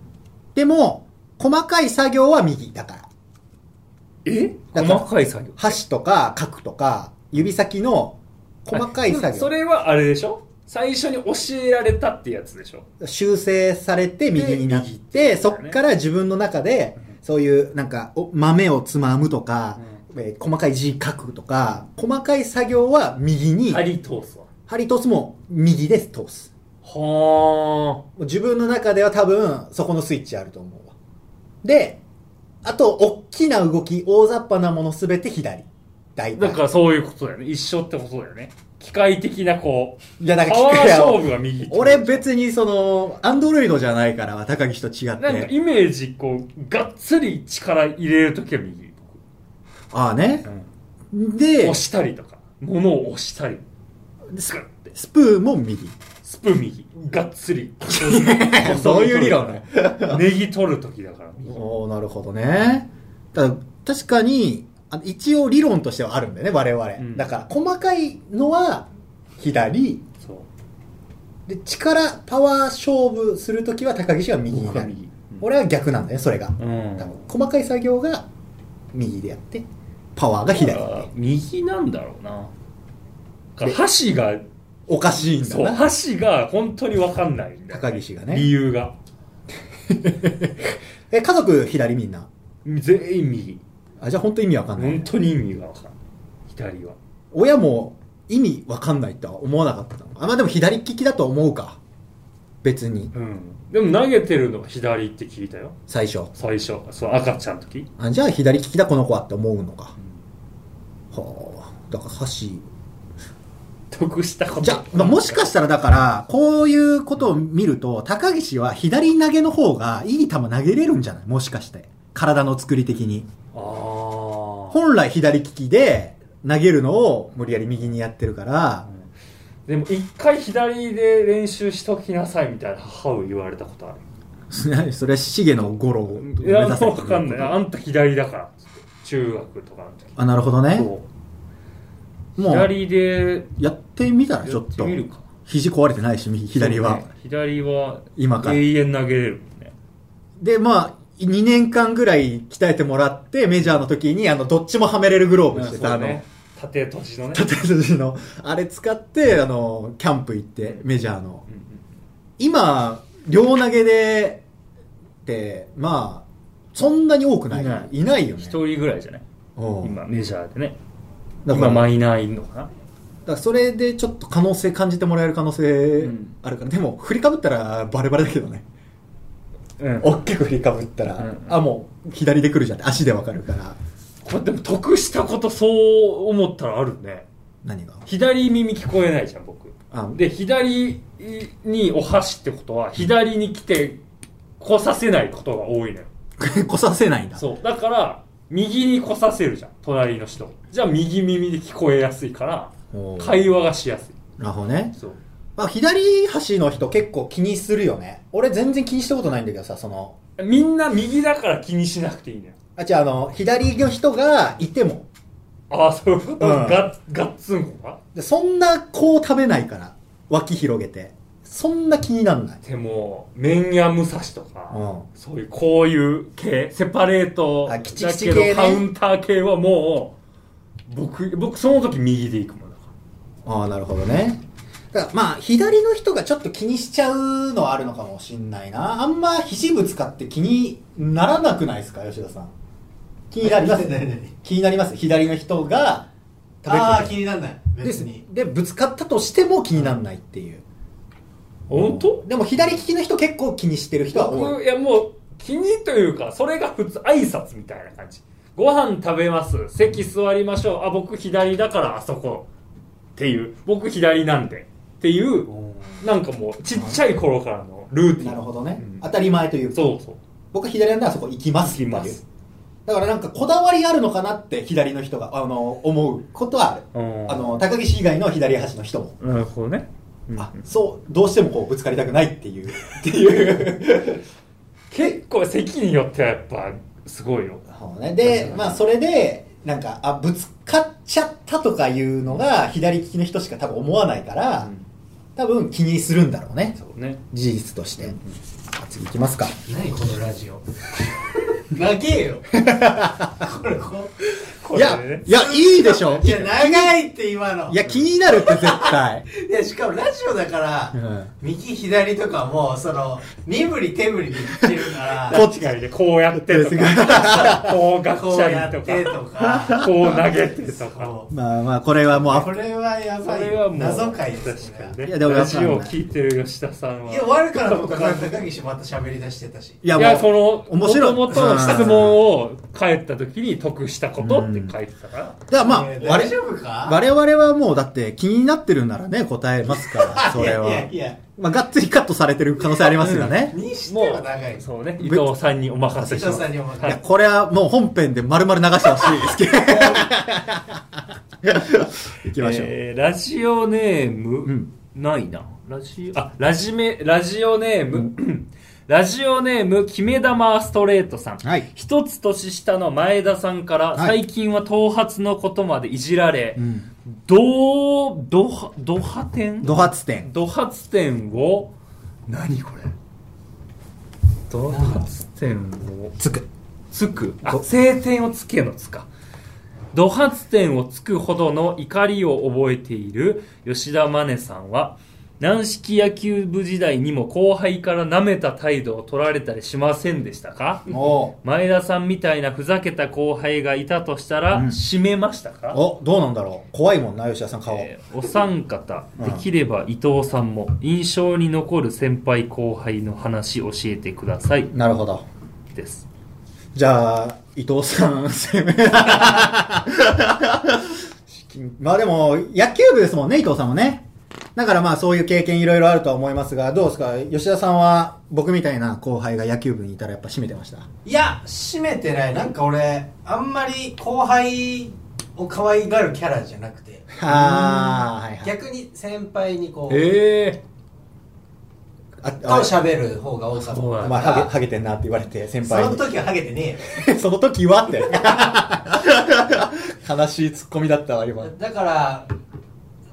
Speaker 2: でも細かい作業は右だから
Speaker 4: え
Speaker 2: だから
Speaker 4: 細かい作業
Speaker 2: 箸とか書くとか指先の細かい
Speaker 4: あ
Speaker 2: 作
Speaker 4: でも
Speaker 2: 業
Speaker 4: それはあれでしょ最初に教えられたってやつでしょ
Speaker 2: 修正されて右になっ、
Speaker 4: で右っててこ
Speaker 2: そ
Speaker 4: とだよね
Speaker 2: っから自分の中で
Speaker 4: うん
Speaker 2: そういうなんかお豆をつまむとか、えー細かい字書くとか細かい作業は右に
Speaker 4: 針通すわ
Speaker 2: 針通すも右で通す
Speaker 4: は
Speaker 2: もう自分の中では多分そこのスイッチあると思うわであと大きな動き大雑把なものすべて左大
Speaker 4: あ
Speaker 2: 体
Speaker 4: だからそういうことだよね一緒ってことだよね機械的なこう
Speaker 2: いやだか
Speaker 4: パ
Speaker 2: ら
Speaker 4: ワー
Speaker 2: 聞く
Speaker 4: 勝
Speaker 2: よ
Speaker 4: 負が右ってこと
Speaker 2: 俺別にそのアンドロイドじゃないから高木と違っ
Speaker 4: なんか
Speaker 2: て
Speaker 4: イメージこうがっつり力入れるときは右
Speaker 2: ああね
Speaker 4: 僕、
Speaker 2: で
Speaker 4: 押したりとか物を押したりスクッて
Speaker 2: スプーンも右
Speaker 4: スプーン右がっつり
Speaker 2: <laughs> そういう理論だよ
Speaker 4: ネギ取るときだから右
Speaker 2: おおなるほどねただ確かにあ一応理論としてはあるんだよね我々、
Speaker 4: うん
Speaker 2: だから細かいのは左
Speaker 4: そう
Speaker 2: で力パワー勝負するときは高岸は右に
Speaker 4: 僕
Speaker 2: な
Speaker 4: は
Speaker 2: る
Speaker 4: 右
Speaker 2: 俺は逆なんだよねそれが、
Speaker 4: うん
Speaker 2: 多分細かい作業が右でやってパワーが左
Speaker 4: 右なんだろうな
Speaker 2: で
Speaker 4: 箸が
Speaker 2: おかしいんだ
Speaker 4: そう
Speaker 2: な
Speaker 4: 箸が本当に分かんないんだよ
Speaker 2: 高岸がね
Speaker 4: 理由が
Speaker 2: <laughs> え家族左みんな
Speaker 4: 全員右
Speaker 2: あじゃあ本当意味わかんない、
Speaker 4: 本当に意味が分かんない左は
Speaker 2: 親も意味わかんないとは思わなかったのあまあでも左利きだと思うか別に
Speaker 4: うんでも投げてるのが左って聞いたよ
Speaker 2: 最初
Speaker 4: 最初そう赤ちゃんの時
Speaker 2: あじゃあ左利きだこの子はって思うのか、はあだから箸
Speaker 4: 得したこと
Speaker 2: じゃあまあもしかしたらだからこういうことを見ると高岸は左投げの方がいい球投げれるんじゃないもしかして体の作り的に
Speaker 4: ああ
Speaker 2: 本来左利きで投げるのを無理やり右にやってるから <laughs>
Speaker 4: でも一回左で練習しときなさいみたいな母上言われたことある
Speaker 2: それそれは茂野五郎を目指
Speaker 4: いやも
Speaker 2: せ
Speaker 4: う分かんないあんた左だから中学とかの時
Speaker 2: あなるほどね
Speaker 4: そう
Speaker 2: もう
Speaker 4: 左で
Speaker 2: やってみたらちょっ
Speaker 4: や
Speaker 2: と
Speaker 4: てみるか
Speaker 2: 肘壊れてないし右左は、
Speaker 4: そうね左は
Speaker 2: 今から
Speaker 4: 永遠投げれるもんね
Speaker 2: で、まあ、2年間ぐらい鍛えてもらって、メジャーの時に、あの、どっちもはめれるグローブしてた、
Speaker 4: そうね縦閉じのね
Speaker 2: あの、縦筋の、あれ使って、あの、キャンプ行って、メジャーの。
Speaker 4: うんうん
Speaker 2: 今、両投げで、って、まあ、そんなに多くない。い
Speaker 4: い
Speaker 2: な
Speaker 4: ない
Speaker 2: よね。
Speaker 4: 一人ぐらいじゃない
Speaker 2: うん
Speaker 4: 今メジャーでね
Speaker 2: だか
Speaker 4: 今
Speaker 2: ら、
Speaker 4: マ
Speaker 2: だか
Speaker 4: イナーいんのかな
Speaker 2: らそれでちょっと可能性感じてもらえる可能性
Speaker 4: ん
Speaker 2: あるから、でも、振りかぶったらバレバレだけどね。
Speaker 4: うん
Speaker 2: 大きく振りかぶったら、
Speaker 4: うん
Speaker 2: あ、もう、左で来るじゃんって、足でわかるから。
Speaker 4: これでも得したことそう思ったらあるね
Speaker 2: 何が
Speaker 4: 左耳聞こえないじゃん僕
Speaker 2: あ
Speaker 4: で左にお箸ってことは左に来て来させないことが多いのよ
Speaker 2: こさせないんだ。
Speaker 4: そうだから右に来させるじゃん隣の人じゃあ右耳で聞こえやすいから
Speaker 2: おー
Speaker 4: 会話がしやすい
Speaker 2: なるほどね。
Speaker 4: そう
Speaker 2: まあ、左端の人結構気にするよね。俺全然気にしたことないんだけどさ、その、
Speaker 4: みんな右だから気にしなくていいのよ
Speaker 2: あ、じゃあ、あの、左の人がいても、
Speaker 4: ああそういうこと、
Speaker 2: うん
Speaker 4: ガッガッツンコが
Speaker 2: でそんなこう食べないから、脇広げて。そんな気になんない。
Speaker 4: でも、麺屋武蔵とか、
Speaker 2: う
Speaker 4: そういう、こういう系、セパレート
Speaker 2: あ
Speaker 4: だ
Speaker 2: キチキチ
Speaker 4: け
Speaker 2: 系ね
Speaker 4: ど、カウンター系はもう、僕、僕、その時右で行くもんだか
Speaker 2: ああ、なるほどね。だからまあ、左の人がちょっと気にしちゃうのはあるのかもしんないな。あんま肘ぶつかって気にならなくないですか、吉田さん。気になります
Speaker 5: 何何
Speaker 2: 気になります左の人が食べる
Speaker 5: ああ、気にならない。
Speaker 2: です
Speaker 5: 別に。
Speaker 2: でぶつかったとしても気にならないっていう、
Speaker 4: ら。本当
Speaker 2: でも左利きの人結構気にしてる人は多い
Speaker 4: 僕、いやもう、気にというか、それが普通、挨拶みたいな感じ。ご飯食べます。席座りましょう。あ、僕左だからあそこ。っていう。僕左なんで。っていう、なんかもう、ちっちゃい頃からのルーティン。
Speaker 2: なるほどね、
Speaker 4: うん
Speaker 2: 当たり前というか
Speaker 4: そうそう。
Speaker 2: 僕は左なんであそこ行きますっていう
Speaker 4: 行きます
Speaker 2: だからなんかこだわりあるのかなって左の人があの思うことはある、
Speaker 4: うん
Speaker 2: あの高岸以外の左端の人も、
Speaker 4: なるほどね。
Speaker 2: あそうどうしてもこうぶつかりたくないっていうっていう
Speaker 4: 結構席によってはやっぱすごいよ。
Speaker 2: そうねでまあそれでなんかあぶつかっちゃったとかいうのが左利きの人しか多分思わないから、多分気にするんだろうね
Speaker 4: そうね。
Speaker 2: 事実として、次行きますか
Speaker 5: 何このラジオ。長えよ。これこう。
Speaker 4: こ
Speaker 2: い
Speaker 4: れ
Speaker 2: や
Speaker 4: ね。
Speaker 2: いやいいでしょ
Speaker 5: いや、長いって今の。
Speaker 2: いや気になるって絶対、
Speaker 5: いやしかもラジオだから、
Speaker 2: うん
Speaker 5: 右左とかもその身振り手振りで言ってる
Speaker 2: <laughs>
Speaker 5: から
Speaker 4: こっちがいて、こうや
Speaker 5: <laughs>
Speaker 4: ってとか、こうガッ
Speaker 5: こ
Speaker 4: チ
Speaker 5: うや
Speaker 4: ャリ
Speaker 5: っ
Speaker 4: と
Speaker 5: て
Speaker 4: か、
Speaker 5: とか
Speaker 4: こう投げてとか。
Speaker 5: そ
Speaker 2: まあまあこれはもう
Speaker 5: う
Speaker 2: あ
Speaker 5: これはや
Speaker 4: そ
Speaker 5: ば
Speaker 4: れはいもう、
Speaker 5: 謎解です
Speaker 4: 確か
Speaker 5: ね
Speaker 4: にね。
Speaker 2: いやでも
Speaker 4: ラ
Speaker 2: わかん
Speaker 4: ジ
Speaker 2: ない
Speaker 4: オを聞いてる吉田さんは。
Speaker 5: いや終わるから僕は高岸また喋り出してたし
Speaker 2: いや
Speaker 4: い
Speaker 2: もう
Speaker 4: や、その、
Speaker 2: 面
Speaker 4: も
Speaker 2: 白い
Speaker 4: ともとの質問を帰った時に得したことって書いてたから。
Speaker 2: だからまあ
Speaker 5: ね
Speaker 2: 我
Speaker 5: 大丈夫か
Speaker 2: 我々はもうだって気になってるんならね答えますからそれは
Speaker 5: <laughs> いやいやいや
Speaker 2: まあがっつりカットされてる可能性ありますよね、
Speaker 5: にしては長い
Speaker 4: そうね。伊藤さんにお任せ
Speaker 5: 伊
Speaker 4: しま
Speaker 5: 藤
Speaker 4: す
Speaker 5: さ。んにお任
Speaker 2: い
Speaker 5: せ
Speaker 2: やこれはもう本編で丸々流してほしいですけどいきましょう、
Speaker 4: えーラジオネーム、
Speaker 2: うん
Speaker 4: ないなラジオあラジメラジオネーム、ラジオネーム決め玉ストレートさん、
Speaker 2: はい
Speaker 4: 一つ年下の前田さんから、
Speaker 2: はい
Speaker 4: 最近は頭髪のことまでいじられ、
Speaker 2: うん、
Speaker 4: どうどはどは点
Speaker 2: ド発点
Speaker 4: ど発点を何これど発点を
Speaker 2: つく
Speaker 4: つくあ晴天をつけのつか土発点をつくほどの怒りを覚えている吉田真音さんは軟式野球部時代にも後輩から舐めた態度を取られたりしませんでしたか
Speaker 2: おう
Speaker 4: 前田さんみたいなふざけた後輩がいたとしたら、
Speaker 2: うん
Speaker 4: 締めましたか
Speaker 2: おどうなんだろう怖いもんな吉田さん顔、
Speaker 4: えーお三方
Speaker 2: うん
Speaker 4: できれば伊藤さんも印象に残る先輩後輩の話教えてください
Speaker 2: なるほど
Speaker 4: です
Speaker 2: じゃあ、伊藤さん、攻め。まあでも、野球部ですもんね、伊藤さんもね。だからまあそういう経験いろいろあるとは思いますが、どうですか吉田さんは僕みたいな後輩が野球部にいたらやっぱ締めてました。
Speaker 5: いや締めてないなんか俺あんまり後輩を可愛がるキャラじゃなくて
Speaker 2: ああ、はいはい。
Speaker 5: 逆に先輩にこう、
Speaker 4: え
Speaker 2: あ
Speaker 5: と喋る方が多かった
Speaker 4: そう
Speaker 2: あ
Speaker 4: な
Speaker 2: まあ、
Speaker 5: だ
Speaker 2: ハ
Speaker 5: か
Speaker 2: ゲ、
Speaker 5: ら
Speaker 2: ハゲてんなって言われて、先
Speaker 5: そ
Speaker 2: 輩
Speaker 5: の
Speaker 2: に。
Speaker 5: 時はハゲてね
Speaker 2: <laughs> その時はって。悲しいツッコミだったわ、
Speaker 5: え
Speaker 2: 今
Speaker 5: よ。だから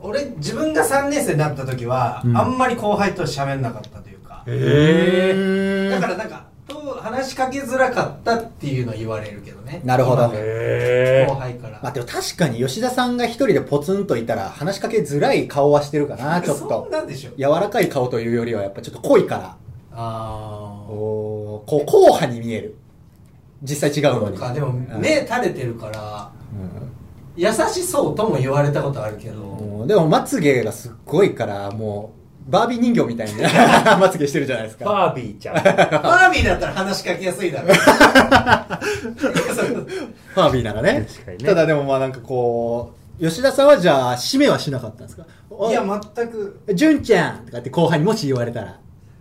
Speaker 5: 俺自分が3年生になった時は、
Speaker 2: うん
Speaker 5: あんまり後輩と喋んなかったというか
Speaker 2: え
Speaker 5: だからなんかと話しかけづらかったっていうのは言われるけどね
Speaker 2: なるほど
Speaker 5: 今の
Speaker 4: え
Speaker 5: 後輩から、
Speaker 2: まあでも確かに吉田さんが一人でポツンといたら話しかけづらい顔はしてるかな、ちょっ
Speaker 5: <laughs> そ
Speaker 2: と
Speaker 5: ん。なんでしょ
Speaker 2: 柔らかい顔というよりはやっぱちょっと濃いから、
Speaker 5: あー
Speaker 2: おーこう、硬派に見える。実際違うのに。
Speaker 5: かでも
Speaker 2: うん
Speaker 5: 目垂れてるから
Speaker 2: うん
Speaker 5: 優しそうとも言われたことあるけど、
Speaker 2: うんでもまつげがすっごいから、もう、バービー人形みたいな <laughs> まつげしてるじゃないですか。
Speaker 4: バービーちゃん
Speaker 5: バービーだったら話しかけやすい
Speaker 2: <laughs>
Speaker 5: だろういやそう
Speaker 2: バービーならね。
Speaker 4: 確かにね
Speaker 2: ただでもまあなんかこう、吉田さんはじゃあ、締めはしなかったんですか
Speaker 5: いや全く
Speaker 2: 純ちゃんとかって後輩にもし言われたら、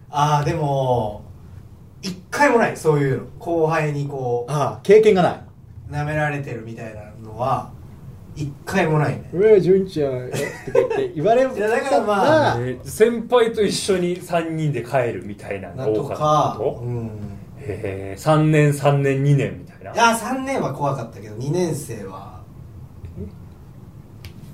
Speaker 5: ああでも一回もないそういうの後輩にこ
Speaker 2: ああ、経験がない。
Speaker 5: う舐められてるみたいなのは一回もないね
Speaker 2: うわ、純ちゃんとか言って言われる
Speaker 5: いやだからまあ
Speaker 4: えー先輩と一緒に3人で帰るみたいな
Speaker 5: な
Speaker 4: の
Speaker 5: ん
Speaker 4: が
Speaker 5: と
Speaker 4: 多かった
Speaker 5: か
Speaker 4: ってこ
Speaker 5: う
Speaker 4: と
Speaker 5: ん
Speaker 4: へえ3年3年2年みたい
Speaker 5: い
Speaker 4: な
Speaker 5: や3年は怖かったけど2年生は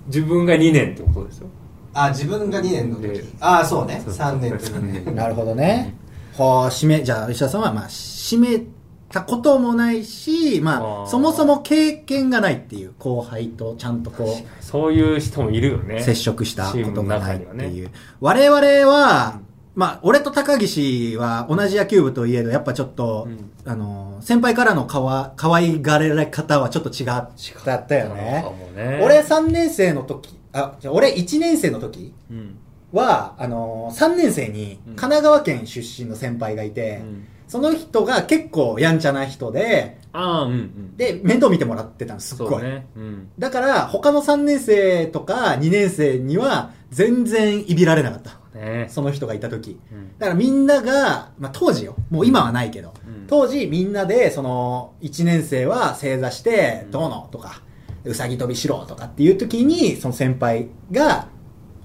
Speaker 4: 自分が2年ってことですよ
Speaker 5: あ自分が2年の時
Speaker 4: で
Speaker 5: ああそうね
Speaker 4: そう
Speaker 5: 3年とかね
Speaker 2: なるほどね。はあ、締め、じゃあ、吉田さんは、まあ、締めたこともないし、ま
Speaker 4: あ
Speaker 2: あ、
Speaker 4: ー
Speaker 2: そもそも経験がないっていう、後輩とちゃんとこう、
Speaker 4: そういう人もいるよね
Speaker 2: 接触したことがないって
Speaker 4: チームの中に
Speaker 2: い
Speaker 4: は
Speaker 2: う。我々は、まあ、俺と高岸は同じ野球部といえど、やっぱちょっと、
Speaker 4: うん
Speaker 2: あの、先輩からのかわ、可愛がられ方はちょっと違ったよ
Speaker 4: なん
Speaker 2: ね
Speaker 4: か。もね
Speaker 2: 俺3年生の時、あ、じゃあ俺1年生の時
Speaker 4: うん
Speaker 2: は、あの3年生に
Speaker 4: う
Speaker 2: 神
Speaker 4: ん
Speaker 2: 奈川県出身の先輩がいて、
Speaker 4: うん
Speaker 2: その人が結構やんちゃな人で、
Speaker 4: ああうんうん
Speaker 2: で、面倒見てもらってたの、すっ
Speaker 4: そ
Speaker 2: ご
Speaker 4: う
Speaker 2: い。
Speaker 4: ねうん
Speaker 2: だから、他の3年生とか2年生には全然いびられなかった。
Speaker 4: ね
Speaker 2: その人がいた時。
Speaker 4: うん
Speaker 2: だからみんなが、まあ当時よ。もう今はないけど。
Speaker 4: うん
Speaker 2: 当時みんなで、その、1年生は正座して、どうのとか、うさぎ跳びしろとかっていう時に、その先輩が、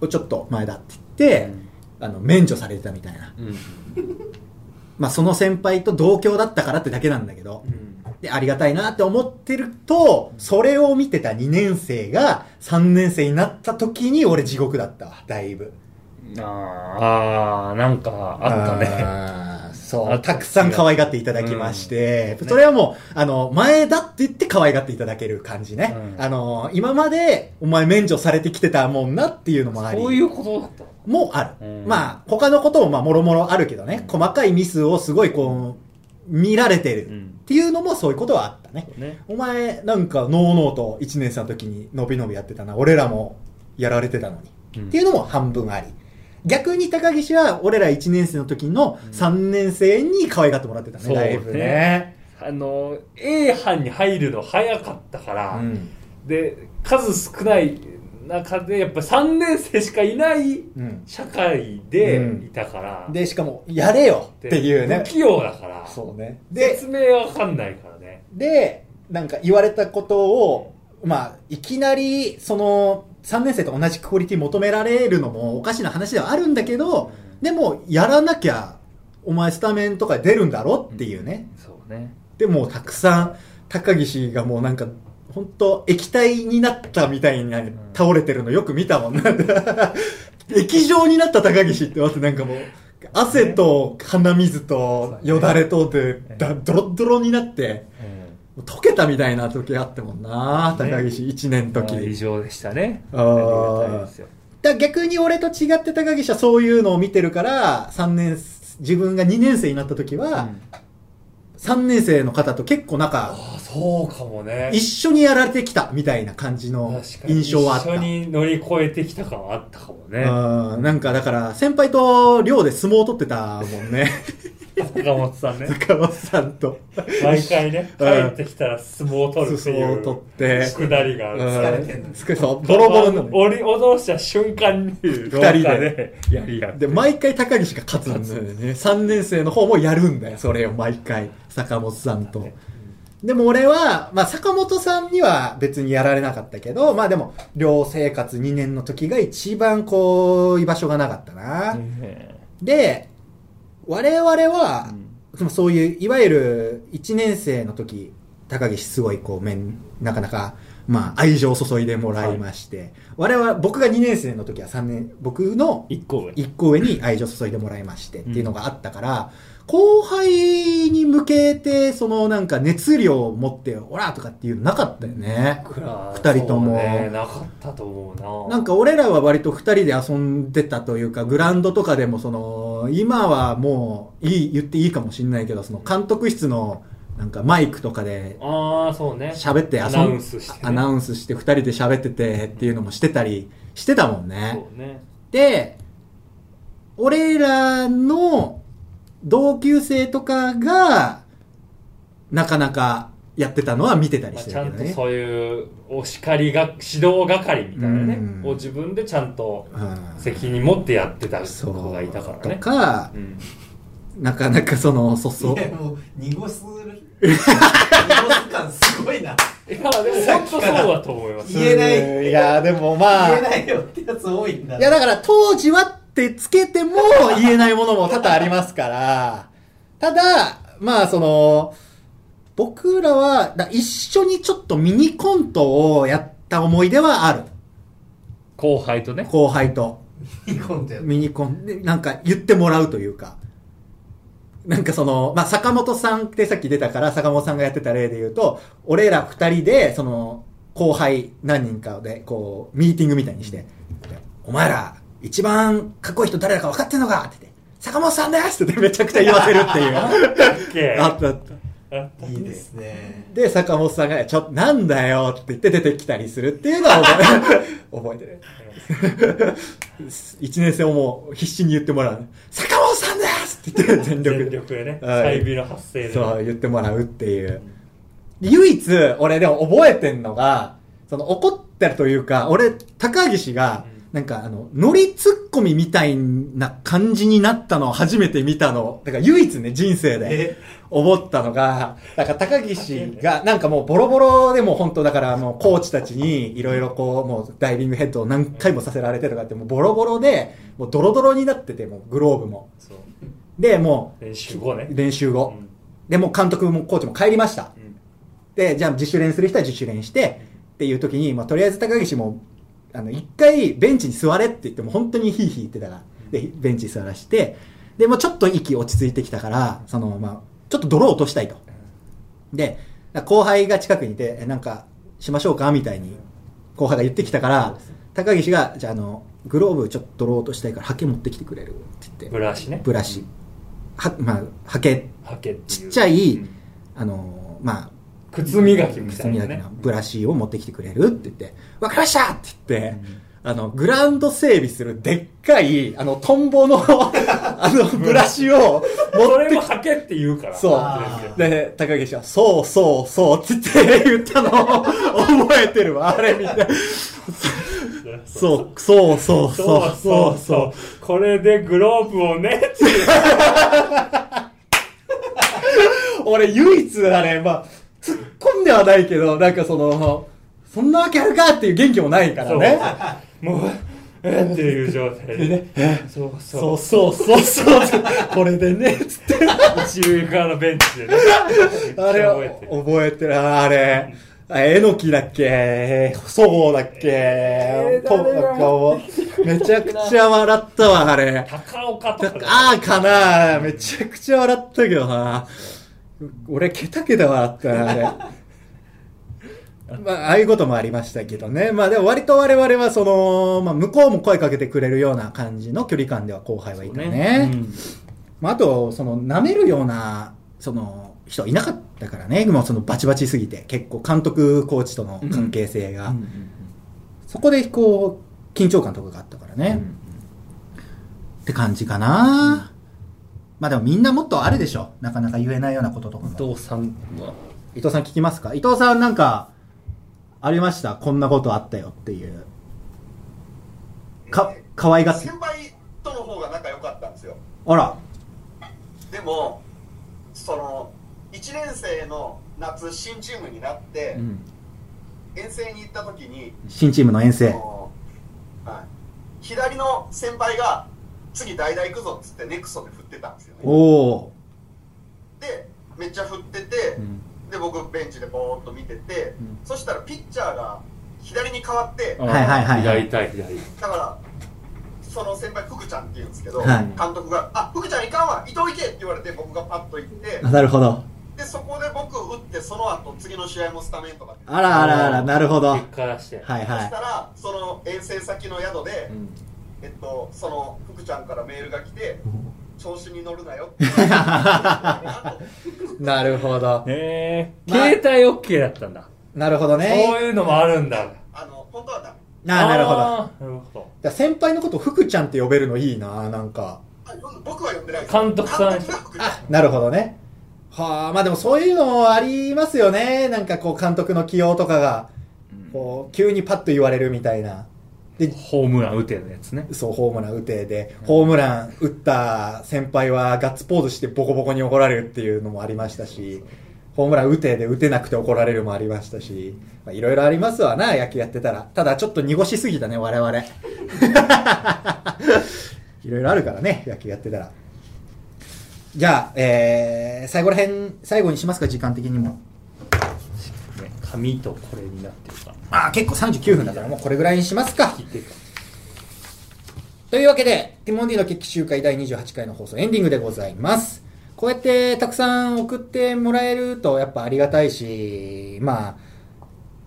Speaker 2: おちょっと前だって言って、あの、免除されてたみたいな。
Speaker 4: うん
Speaker 2: まあその先輩と同郷だったからってだけなんだけど。で、ありがたいなって思ってると、それを見てた2年生が3年生になった時に俺地獄だったわ、だいぶ。
Speaker 4: ああなんかあったね
Speaker 2: ね。そ
Speaker 4: あ
Speaker 2: う、
Speaker 4: った
Speaker 2: たくさん可愛がっていただきまして、それはもう、あの、前だって言って可愛がっていただける感じね。
Speaker 4: うん
Speaker 2: あの、今までお前免除されてきてたもんなっていうのもあり。
Speaker 4: そういうことだったの
Speaker 2: もある。
Speaker 4: うん
Speaker 2: まあ、他のこともまあ、もろもろあるけどね、細かいミスをすごいこう、見られて
Speaker 4: う
Speaker 2: る
Speaker 4: ん
Speaker 2: っていうのもそういうことはあったね。
Speaker 4: ね
Speaker 2: お前、なんか、ノーノーと1年生の時にのびのびやってたな。俺らもやられてたのに。
Speaker 4: うん
Speaker 2: っていうのも半分あり。逆に高岸は、俺ら1年生の時の3年生に可愛がってもらってたね、
Speaker 4: そうね
Speaker 2: だいぶね。
Speaker 4: あの A 班に入るの早かったから、
Speaker 2: うん
Speaker 4: で数少ない中でやっぱ3年生しかいない
Speaker 2: うん
Speaker 4: 社会で
Speaker 2: うん
Speaker 4: いたから、
Speaker 2: で、しかも、やれよっていうね
Speaker 4: 不。器用だから
Speaker 2: そうね。で、
Speaker 4: 説明わかんないからね
Speaker 2: で、なんか言われたことを、まあ、いきなり、その、3年生と同じクオリティ求められるのもおかしな話ではあるんだけど、でも、やらなきゃ、お前スタメンとか出るんだろっていうね。
Speaker 4: そうね
Speaker 2: でも、たくさん、高岸がもうなんか、本当液体になったみたいに倒れてるのよく見たもんな。 <laughs> 液状になった高岸って、ってなんかもう、汗と鼻水とよだれとで、だドロッドロになって、もう溶けたみたいな時あってもんな、
Speaker 4: ね
Speaker 2: 高岸1年の時
Speaker 4: まあ以上でしたね
Speaker 2: あー
Speaker 4: ありがたいですよ
Speaker 2: だ逆に俺と違って高岸はそういうのを見てるから、3年、自分が2年生になった時は、3年生の方と結構なんか、
Speaker 4: あそうかもね
Speaker 2: 一緒にやられてきたみたいな感じの
Speaker 4: 確かに
Speaker 2: 印象はあった。
Speaker 4: 一緒に乗り越えてきた感はあったかもね
Speaker 2: うんなんかだから、先輩と寮で相撲を取ってたもんね。 <laughs>
Speaker 4: 坂本さんね
Speaker 2: 高松さんと。
Speaker 4: 毎回ね
Speaker 2: <laughs>
Speaker 4: 帰
Speaker 2: うん
Speaker 4: ってきたら相撲を取るってい
Speaker 2: 相撲を取
Speaker 4: う
Speaker 2: って
Speaker 4: くだりがある
Speaker 5: 疲れてんの
Speaker 2: うんそうボロボロなのよ。
Speaker 4: おり驚した瞬間に二
Speaker 2: 人で
Speaker 4: やり合って
Speaker 2: で、毎回高岸が勝つんだよね。3年生の方もやるんだよ、それを毎回。坂本さんと。でも俺は、まあ坂本さんには別にやられなかったけど、まあでも、寮生活2年の時が一番こう、居場所がなかったな。で、我々は、そのそういう、いわゆる1年生の時、高岸すごいこう、面、なかなか、まあ愛情を注いでもらいまして、我々は、僕が2年生の時は3年、僕の
Speaker 4: 一個上
Speaker 2: 一個上に愛情を注いでもらいましてっていうのがあったから、後輩に向けて、そのなんか熱量を持って、オラとかっていうのなかったよね。二人とも
Speaker 4: そうねなかったと思うな
Speaker 2: なんか俺らは割と二人で遊んでたというか、グラウンドとかでもその、今はもう、いい、言っていいかもしれないけど、その監督室の、なんかマイクとかで
Speaker 4: ああそうね
Speaker 2: 喋って遊ん
Speaker 4: アナウンスしてね
Speaker 2: アナウンスして二人で喋っててっていうのもしてたりしてたもんね
Speaker 4: そ。うね
Speaker 2: で、俺らの同級生とかが、なかなかやってたのは見てたり
Speaker 4: まあ
Speaker 2: して
Speaker 4: ち
Speaker 2: た
Speaker 4: ゃ
Speaker 2: け
Speaker 4: ん
Speaker 2: ど
Speaker 4: と
Speaker 2: ね。
Speaker 4: そういうお叱りが指導係みたいなね
Speaker 2: うん
Speaker 4: を自分でちゃんと
Speaker 2: うん
Speaker 4: 責任持ってやってた
Speaker 2: そう
Speaker 4: 子がいたからね
Speaker 2: とか
Speaker 4: う、ん
Speaker 2: なかなかその、そ <laughs> そ
Speaker 5: いやもう濁す濁す感すごいな
Speaker 4: <laughs>
Speaker 5: い
Speaker 4: やでも本当そうだと思います
Speaker 5: 言えない
Speaker 2: いや、でもま
Speaker 5: 言
Speaker 2: あ。
Speaker 5: え
Speaker 2: い
Speaker 5: ないよってやつ多いんだ
Speaker 2: や、だから当時はってつけて
Speaker 4: <laughs>
Speaker 2: も言えないものも多々ありますから。ただ、まあその、僕らは、だ一緒にちょっとミニコントをやった思い出はある。
Speaker 4: 後輩とね。
Speaker 2: 後輩と
Speaker 5: ミニコンテ
Speaker 2: ミニコンでなんか言ってもらうというかなんかその、まあ、坂本さんってさっき出たから坂本さんがやってた例で言うと俺ら二人でその後輩何人かでこうミーティングみたいにして「お前ら一番かっこいい人誰だか分かってんのか!」って言って「坂本さんです!」って言ってめちゃくちゃ言わせるっていうあったあった
Speaker 5: いいですね
Speaker 2: で、坂本さんが、ちょっと、なんだよって言って出てきたりするっていうのは覚え <laughs> 覚えてる。 <laughs> 一年生をもう必死に言ってもらう。坂本さんですって言って全力
Speaker 6: 全
Speaker 2: で。
Speaker 6: 力でね、
Speaker 2: はい
Speaker 6: 細微の発生で。
Speaker 2: そう、言ってもらうっていう。で唯一、俺でも覚えてんのが、その怒ってるというか、俺、高岸が、なんかあの、ノリツッコミみたいな感じになったのを初めて見たの。だから唯一ね、人生で
Speaker 5: え
Speaker 2: 思ったのが、だから高岸が、なんかもうボロボロでもう本当だからもうコーチたちにいろいろこう、もうダイビングヘッドを何回もさせられてとかって、もうボロボロで、もうドロドロになってて、もうグローブも。
Speaker 6: そう
Speaker 2: で、もう、
Speaker 6: 練習後ね。
Speaker 2: 練習後、
Speaker 6: うん
Speaker 2: でもう監督もコーチも帰りました、
Speaker 6: うん
Speaker 2: でじゃあ自主練する人は自主練して、っていう時に、まあ、とりあえず高岸もあの一回ベンチに座れって言っても本当にヒーヒー言ってたから、でベンチに座らしてでもうちょっと息落ち着いてきたからその、まあ、ちょっと泥を落としたいと、で後輩が近くにいてえなんかしましょうかみたいに後輩が言ってきたから高岸がじゃああのグローブちょっと泥を落としたいからハケ持ってきてくれるって言って
Speaker 6: ブラシね。
Speaker 2: ブラシは、まあ、ハケ
Speaker 6: ハケっていう。
Speaker 2: ちっちゃい、
Speaker 6: うん
Speaker 2: あのーまあ、
Speaker 6: 靴磨きみた
Speaker 2: 靴
Speaker 6: い
Speaker 2: 磨
Speaker 6: な
Speaker 2: き
Speaker 6: ね
Speaker 2: の。ブラシを持ってきてくれるって言って、わかりましたって言って、あの、グラウンド整備するでっかい、あの、トンボの、 <laughs> あの、ブラシを持
Speaker 6: そ
Speaker 2: っ
Speaker 6: れ
Speaker 2: て
Speaker 6: も
Speaker 2: き
Speaker 6: ハケって言うから。
Speaker 2: そう
Speaker 6: あー
Speaker 2: で、高岸は、そうそうそうって言って <laughs> 言ったのを覚えてるわ、あれみたいな。そう、そうそ
Speaker 6: <laughs> そ
Speaker 2: うそうう
Speaker 6: そ
Speaker 2: そうう
Speaker 6: そ。
Speaker 2: そう
Speaker 6: これでグローブをねっていう
Speaker 2: う。俺唯一あれ、まあ、突っ込んではないけど、なんかその、そんなわけあるかっていう元気もないからね。
Speaker 6: もう、 <laughs> えーっていう状態で。そう
Speaker 2: そ
Speaker 6: そう
Speaker 2: そうそうそう。これでね、つって。
Speaker 6: う。一塁側のベンチでね。
Speaker 2: <laughs> あれは
Speaker 6: めっちゃ覚えてる
Speaker 2: 覚えてる。あれ。あえのきだっけそごうだっけとなんかもうめちゃくちゃ笑ったわ、あれ。
Speaker 6: 高岡とか
Speaker 2: ああかなめちゃくちゃ笑ったけどな。俺、ケタケタ笑ったな、あ
Speaker 4: <laughs>
Speaker 2: れ。まあ、ああいうこともありましたけどね。まあでも割と我々はその、まあ向こうも声かけてくれるような感じの距離感では後輩はいたね。
Speaker 4: うん
Speaker 2: まあ、あと、その、舐めるような、その、人はいなかったからね。もうその、バチバチすぎて、結構、監督、コーチとの関係性が。そこで、こう、緊張感とかがあったからね。って感じかな、まあでも、みんなもっとあるでしょ。なかなか言えないようなこととか
Speaker 4: 伊
Speaker 2: も。
Speaker 4: 藤さんは、
Speaker 2: 伊藤さん聞きますか伊藤さんなんか、ありましたこんなことあったよっていう。か、可愛がって
Speaker 7: 先。輩との方が仲良かったんですよ
Speaker 2: あら。
Speaker 7: でもその1年生の夏新チームになって、遠征に行った時に、
Speaker 2: 新チームの遠
Speaker 7: あ
Speaker 2: 征。
Speaker 7: のはい、左の先輩が次代々行くぞっつってネクソで振ってたんですよね
Speaker 2: おお。
Speaker 7: でめっちゃ振ってて、で僕ベンチでボーっと見てて、そしたらピッチャーが左に変わって
Speaker 2: はいはいはい
Speaker 4: 左対左。
Speaker 7: だからその先輩福ちゃんっていうんですけど、
Speaker 2: はい
Speaker 7: 監督が「あ福ちゃんいかんわ伊藤行け!」って言われて僕がパッと行って
Speaker 2: なるほど。
Speaker 7: でそこで僕打ってその後次の試合もスタメンとかで
Speaker 2: あらあらあら、なるほど。は
Speaker 6: 結果出して。
Speaker 2: い
Speaker 7: そ
Speaker 2: は
Speaker 7: したらその遠征先の宿で、えっとその福ちゃんからメールが来て「調子に乗るなよ」って言われてなんと
Speaker 2: い。 <laughs> なるほど。
Speaker 6: えー、
Speaker 2: まあ
Speaker 6: 携帯 OK だったんだ。
Speaker 2: なるほど
Speaker 6: そう
Speaker 2: ね。
Speaker 6: いうのもあるんだ。
Speaker 7: あの本当はダメ
Speaker 2: なあ、なるほど。
Speaker 6: あー。なるほ
Speaker 2: じゃあ先輩のこと福ちゃんって呼べるのいいな、なんか。
Speaker 7: あ僕は呼んでないです
Speaker 6: 監督さん
Speaker 7: 監督が福ちゃん
Speaker 2: <laughs> なるほどね。はあ、まあでもそういうのもありますよね。なんかこう監督の起用とかが、こう、急にパッと言われるみたいな。で、
Speaker 4: ホームラン打てるやつね。
Speaker 2: そう、ホームラン打てで、ホームラン打った先輩はガッツポーズしてボコボコに怒られるっていうのもありましたし、ホームラン打てで打てなくて怒られるもありましたし、まあいろいろありますわな、野球やってたら。ただちょっと濁しすぎたね、我々。 <laughs> いろいろあるからね、野球やってたら。じゃあ、えー、最後ら辺、最後にしますか、時間的にも。
Speaker 6: ど。ね、紙とこれになってるから。
Speaker 2: あー、結構39分だからもうこれぐらいにしますか。
Speaker 6: 聞いてるか
Speaker 2: というわけで、ティモンディの決起集会第28回の放送エンディングでございます。こうやってたくさん送ってもらえるとやっぱありがたいし、まあ、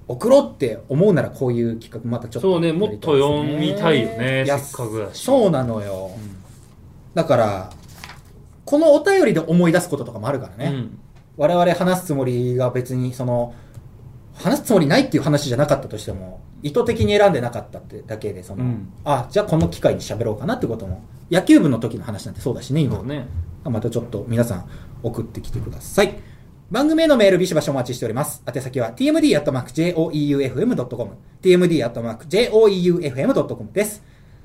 Speaker 2: 送ろうって思うならこういう企画またちょっと
Speaker 4: そうねもっと読みたいよね
Speaker 2: や
Speaker 4: せっかくだし
Speaker 2: そうなのよ。だから、このお便りで思い出すこととかもあるからね。
Speaker 4: うん
Speaker 2: 我々話すつもりが別にその話すつもりないっていう話じゃなかったとしても意図的に選んでなかったってだけでその、
Speaker 4: うん
Speaker 2: あじゃあこの機会に喋ろうかなってことも野球部の時の話なんてそうだしね今
Speaker 4: そうね
Speaker 2: またちょっと皆さん送ってきてください番組へのメールビシバシお待ちしております宛先は tmd.joeufm.com tmd.joeufm.com です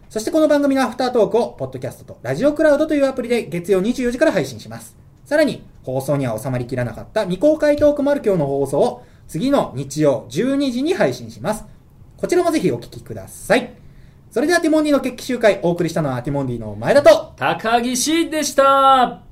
Speaker 2: そしてこの番組のアフタートークを、ポッドキャストとラジオクラウドというアプリで月曜24時から配信します。さらに、放送には収まりきらなかった未公開トークもある今日の放送を、次の日曜12時に配信します。こちらもぜひお聞きください。それではティモンディの決起集会、お送りしたのはティモンディの前田と、
Speaker 4: 高岸でした